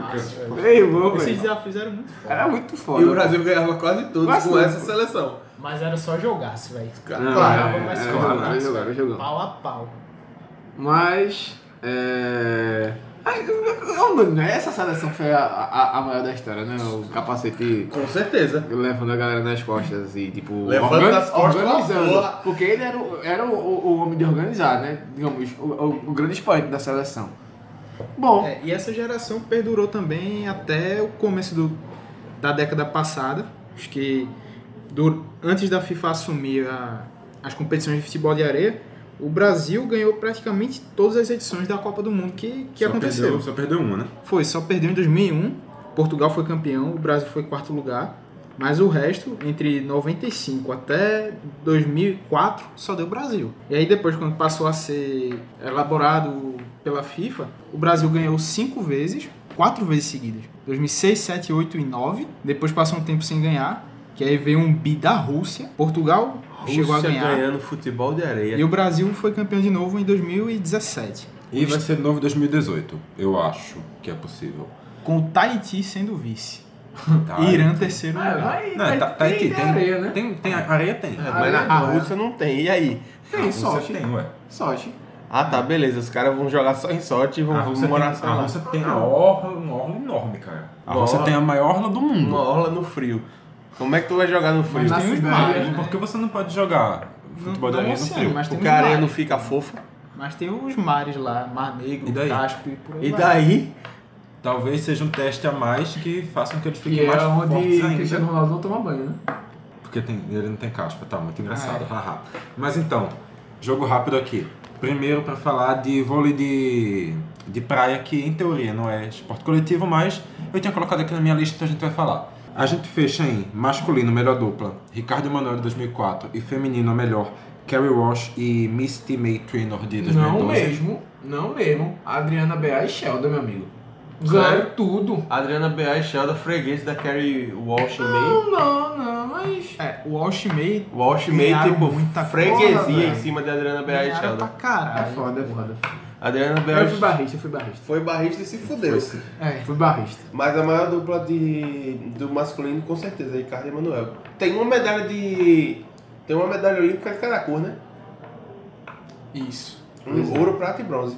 Speaker 11: Ah,
Speaker 3: É
Speaker 6: Meu irmão,
Speaker 1: esses
Speaker 6: velho.
Speaker 1: desafios eram muito foda.
Speaker 6: Era muito foda.
Speaker 3: E o Brasil ganhava quase todos
Speaker 6: Quase
Speaker 3: com
Speaker 6: tudo.
Speaker 3: essa seleção.
Speaker 11: Mas era só jogaço, velho.
Speaker 6: Não,
Speaker 3: claro,
Speaker 11: Jogava, mas
Speaker 6: é,
Speaker 11: só
Speaker 6: jogava,
Speaker 11: jogaço,
Speaker 6: jogava,
Speaker 11: velho.
Speaker 6: jogava.
Speaker 11: Pau a pau.
Speaker 6: Mas. É. ai, eu- eu- eu- é Essa seleção foi a, a, a maior da história, né? O capacete.
Speaker 3: Com certeza.
Speaker 6: Levando a galera nas costas e, tipo,
Speaker 3: Levando nas costas, porra.
Speaker 6: organizando. Porque ele era, o- era o, o- o homem de organizar, né? Digamos, o, o- o grande expoente da seleção. Bom,
Speaker 1: É, e essa geração perdurou também até o começo do, da década passada. Acho que dur- antes da FIFA assumir a- as competições de futebol de areia, o Brasil ganhou praticamente todas as edições da Copa do Mundo que, que
Speaker 9: Só
Speaker 1: aconteceu.
Speaker 9: Perdeu, só perdeu uma, né?
Speaker 1: Foi, só perdeu em 2001. Portugal foi campeão, o Brasil foi quarto lugar. Mas o resto, entre 95 até 2004, só deu Brasil. E aí depois, quando passou a ser elaborado pela FIFA, o Brasil ganhou cinco vezes, quatro vezes seguidas. 2006, 7, 8 e 9. Depois passou um tempo sem ganhar, que aí veio um bi da Rússia. Portugal chegou a
Speaker 3: Rússia
Speaker 1: ganhar.
Speaker 3: ganhando futebol de areia.
Speaker 1: E o Brasil foi campeão de novo em 2017,
Speaker 9: E vai ser de novo em 2018, eu acho que é possível.
Speaker 1: com o Tahiti sendo vice.
Speaker 9: Tá.
Speaker 1: E Irã
Speaker 6: Ah,
Speaker 1: terceiro lugar.
Speaker 9: Não, é, tá, tá aí, tem,
Speaker 6: tem areia, né?
Speaker 9: tem, tem- areia tem.
Speaker 3: É, mas na- a Rússia não tem. E aí?
Speaker 6: tem
Speaker 9: Você
Speaker 6: sorte.
Speaker 9: tem, ué.
Speaker 6: Sorte.
Speaker 3: Ah tá, beleza. Os caras vão jogar só em sorte e vão
Speaker 9: A Rússia
Speaker 3: morar
Speaker 9: tem,
Speaker 3: só
Speaker 9: a
Speaker 3: lá.
Speaker 9: Rússia tem a orla, uma orla enorme, cara. A
Speaker 3: Uma
Speaker 9: Rússia
Speaker 3: orla-
Speaker 9: tem a maior orla do mundo.
Speaker 3: Uma orla no frio. Como é que tu vai jogar no frio?
Speaker 6: Mas na
Speaker 9: Tem os
Speaker 6: cidade,
Speaker 9: mares,
Speaker 6: né?
Speaker 9: por que você não pode jogar futebol da
Speaker 1: não
Speaker 9: areia
Speaker 6: assim,
Speaker 9: no
Speaker 1: oceano,
Speaker 9: frio?
Speaker 1: mas tem
Speaker 3: O
Speaker 1: os
Speaker 3: que a areia
Speaker 1: mares.
Speaker 3: não fica fofa.
Speaker 1: Mas tem os mares lá, Mar Negro,
Speaker 9: E daí?
Speaker 1: Cáspio e por aí
Speaker 3: E
Speaker 1: vai.
Speaker 3: daí?
Speaker 9: Talvez seja um teste a mais que façam que eles
Speaker 6: Que
Speaker 9: fiquem mais
Speaker 6: é onde
Speaker 9: fortes ainda.
Speaker 6: Cristiano Ronaldo não toma banho, né?
Speaker 9: Porque tem- ele não tem caspa, tá muito engraçado,
Speaker 6: Ah, é.
Speaker 9: haha. Mas então, jogo rápido aqui. Primeiro pra falar de vôlei de, de praia, que em teoria não é esporte coletivo, mas eu tinha colocado aqui na minha lista, então a gente vai falar. A gente fecha em masculino, melhor dupla, Ricardo Emanuel de 2004, e feminino, melhor, Kerry Walsh e Misty May Trainor de 2012.
Speaker 6: Não mesmo, não mesmo. Adriana B.A. e Sheldon, meu amigo. Ganharam tudo.
Speaker 3: Adriana B.A. e Sheldon, freguês da Carrie Walsh May.
Speaker 6: Não, não, não, mas.
Speaker 1: É, o Walsh May
Speaker 3: Walsh May,
Speaker 1: Ganharam
Speaker 3: tipo,
Speaker 1: muita
Speaker 3: freguesia
Speaker 1: coisa,
Speaker 3: em
Speaker 1: velho.
Speaker 3: cima de Adriana B.A. e
Speaker 1: ganharam pra
Speaker 3: Sheldon.
Speaker 1: caralho.
Speaker 6: É foda, é foda.
Speaker 3: Adriana B.A.
Speaker 6: Eu fui
Speaker 3: e Sheldon
Speaker 6: barrista, eu fui barrista.
Speaker 3: foi barrista e se fudeu.
Speaker 1: É.
Speaker 6: Fui barrista.
Speaker 3: Mas a maior dupla de, do masculino, com certeza, é Ricardo e Emanuel. Tem uma medalha de... Tem uma medalha olímpica de cada cor, né? Um
Speaker 6: Isso.
Speaker 3: Ouro, prata e bronze.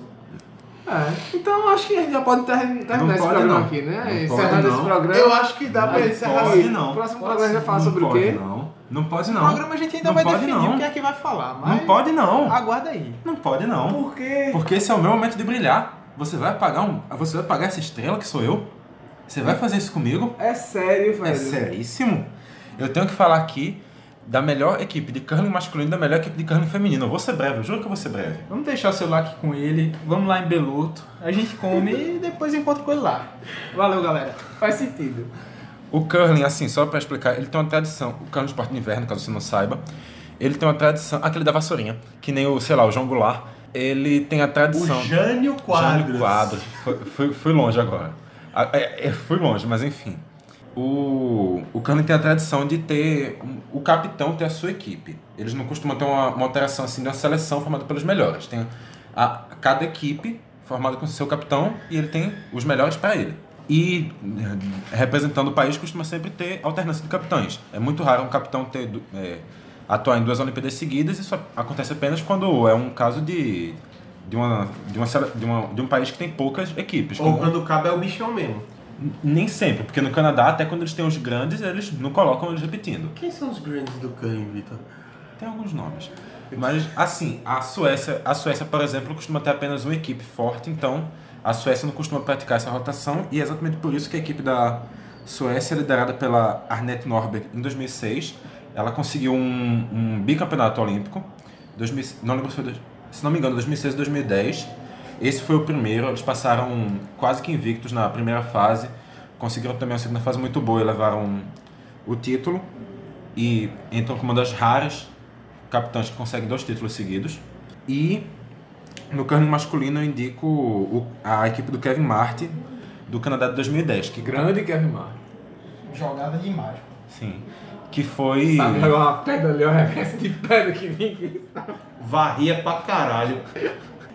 Speaker 6: É. Então acho que a gente já pode ter- terminar esse
Speaker 9: pode,
Speaker 6: programa
Speaker 9: não.
Speaker 6: aqui, né?
Speaker 9: Não
Speaker 6: Encerrando
Speaker 9: pode,
Speaker 6: esse
Speaker 9: não.
Speaker 6: programa.
Speaker 3: Eu acho que dá pra
Speaker 9: Não
Speaker 3: encerrar
Speaker 9: pode,
Speaker 3: assim.
Speaker 9: não.
Speaker 6: é O próximo
Speaker 9: Pode
Speaker 6: programa a gente vai falar sobre o quê?
Speaker 9: Não pode, não. Não pode,
Speaker 12: No
Speaker 9: não.
Speaker 12: programa a gente ainda
Speaker 9: Não
Speaker 12: vai
Speaker 9: pode,
Speaker 12: definir
Speaker 9: não.
Speaker 12: o que é que vai falar, mas.
Speaker 9: Não pode, não.
Speaker 12: Aguarda aí.
Speaker 9: Não pode, não.
Speaker 6: Por quê?
Speaker 9: Porque esse é o meu momento de brilhar. Você vai pagar um. Você vai pagar essa estrela que sou eu? Você vai fazer isso comigo?
Speaker 6: É sério, velho.
Speaker 9: É seríssimo? Eu tenho que falar aqui da melhor equipe de curling masculino e da melhor equipe de curling feminino. Eu vou ser breve, eu juro que eu vou ser breve.
Speaker 1: Vamos deixar o celular aqui com ele, vamos lá em Beloto, a gente come e depois encontra com ele lá. Valeu, galera.
Speaker 6: Faz sentido.
Speaker 9: O curling, assim, só pra explicar, ele tem uma tradição. O curling de esporte de inverno, caso você não saiba, ele tem uma tradição. Aquele da vassourinha, que nem o, sei lá, o João Goulart. Ele tem a tradição.
Speaker 3: O Jânio Quadros.
Speaker 9: Jânio Quadros. Fui, fui- fui longe agora. Ah, é, é, fui longe, mas enfim. O, o Cano tem a tradição de ter um- o capitão ter a sua equipe. Eles não costumam ter uma, uma alteração assim de uma seleção formada pelos melhores. Tem a, cada equipe formada com seu capitão e ele tem os melhores para ele. E eh, representando o país costuma sempre ter alternância de capitães. É muito raro um capitão ter du- eh, atuar em duas Olimpíadas seguidas. Isso acontece apenas quando é um caso de de uma, de uma, sele- de uma- de um país que tem poucas equipes.
Speaker 3: Ou
Speaker 9: como-
Speaker 3: quando o cabo é o bichão mesmo.
Speaker 9: N- Nem sempre, porque no Canadá, até quando eles têm os grandes, eles não colocam eles repetindo.
Speaker 3: Quem são os grandes do Kanye, Vitor?
Speaker 9: Tem alguns nomes. Mas, assim, a Suécia, a Suécia, por exemplo, costuma ter apenas uma equipe forte, então a Suécia não costuma praticar essa rotação, e é exatamente por isso que a equipe da Suécia, liderada pela Arnett Norberg em 2006, ela conseguiu um, um bicampeonato olímpico, 2000, não lembro se foi, dois- se não me engano, 2006 ou 2010. Esse foi o primeiro, eles passaram quase que invictos na primeira fase, conseguiram também uma segunda fase muito boa e levaram o título, e entram como uma das raras capitães que conseguem dois títulos seguidos. E no curling masculino eu indico o- a equipe do Kevin Martin, do Canadá de 2010, que,
Speaker 6: Grande Kevin Martin.
Speaker 12: Jogada demais. pô.
Speaker 9: sim, que foi...
Speaker 6: Sabe jogar uma pedra ali, uma reversa de pedra que ninguém...
Speaker 3: Varria pra caralho.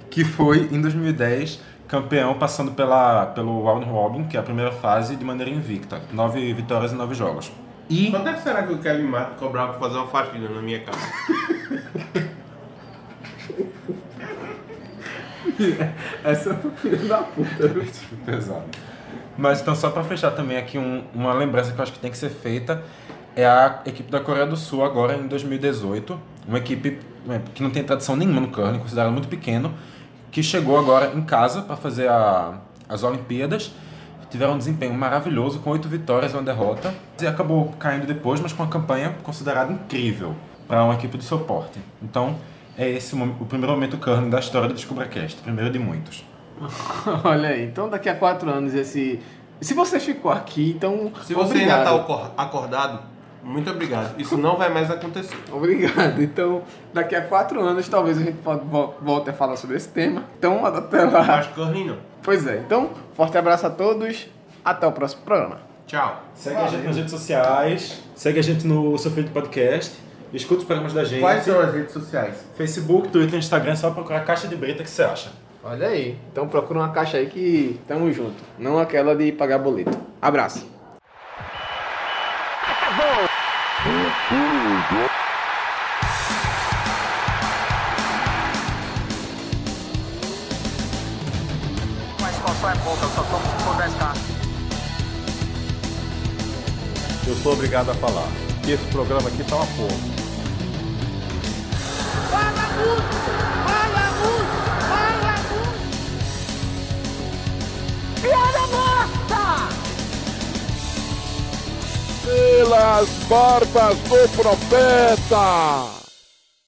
Speaker 9: que foi em 2010 campeão passando pela, pelo Round Robin, que é a primeira fase, de maneira invicta. Nove vitórias e nove jogos. E
Speaker 3: Quanto é que será que o Kevin Martin cobrava pra fazer uma faxina na minha casa?
Speaker 6: Essa é um filho da puta.
Speaker 9: pesado. Mas então, só pra fechar também aqui um- uma lembrança que eu acho que tem que ser feita é a equipe da Coreia do Sul agora em 2018, uma equipe né, que não tem tradição nenhuma no curling, considerada muito pequeno, que chegou agora em casa pra fazer a- as Olimpíadas, tiveram um desempenho maravilhoso com oito vitórias e uma derrota e acabou caindo depois, mas com uma campanha considerada incrível para uma equipe do seu porte. Então é esse o mom- o primeiro momento curling da história do DescubraCast, primeiro de muitos.
Speaker 6: Olha aí, então daqui a quatro anos esse... Se você ficou aqui, então...
Speaker 3: Se você
Speaker 6: obrigado.
Speaker 3: ainda tá acor- acordado, muito obrigado. Isso não vai mais acontecer.
Speaker 6: Obrigado. Então, daqui a quatro anos, talvez a gente pode vo- volte a falar sobre esse tema. Então, até lá.
Speaker 3: Acho que Curling não.
Speaker 6: Pois é. Então, forte abraço a todos. Até o próximo programa.
Speaker 3: Tchau.
Speaker 9: Segue a gente nas redes sociais, segue a gente no seu feed de podcast, escuta os programas da gente.
Speaker 3: as redes sociais?
Speaker 9: Facebook, Twitter, Instagram, é só procurar Caixa de Brita que você acha.
Speaker 6: Olha aí. Então, procura uma caixa aí que tamo junto. Não aquela de pagar boleto. Abraço.
Speaker 2: Mas constrói pouca, só somos por 10k.
Speaker 5: Eu sou obrigado a falar. que Esse programa aqui tá uma porra.
Speaker 4: Fala muito, fala muito, fala muito. Piada morta!
Speaker 5: Pelas barbas do profeta.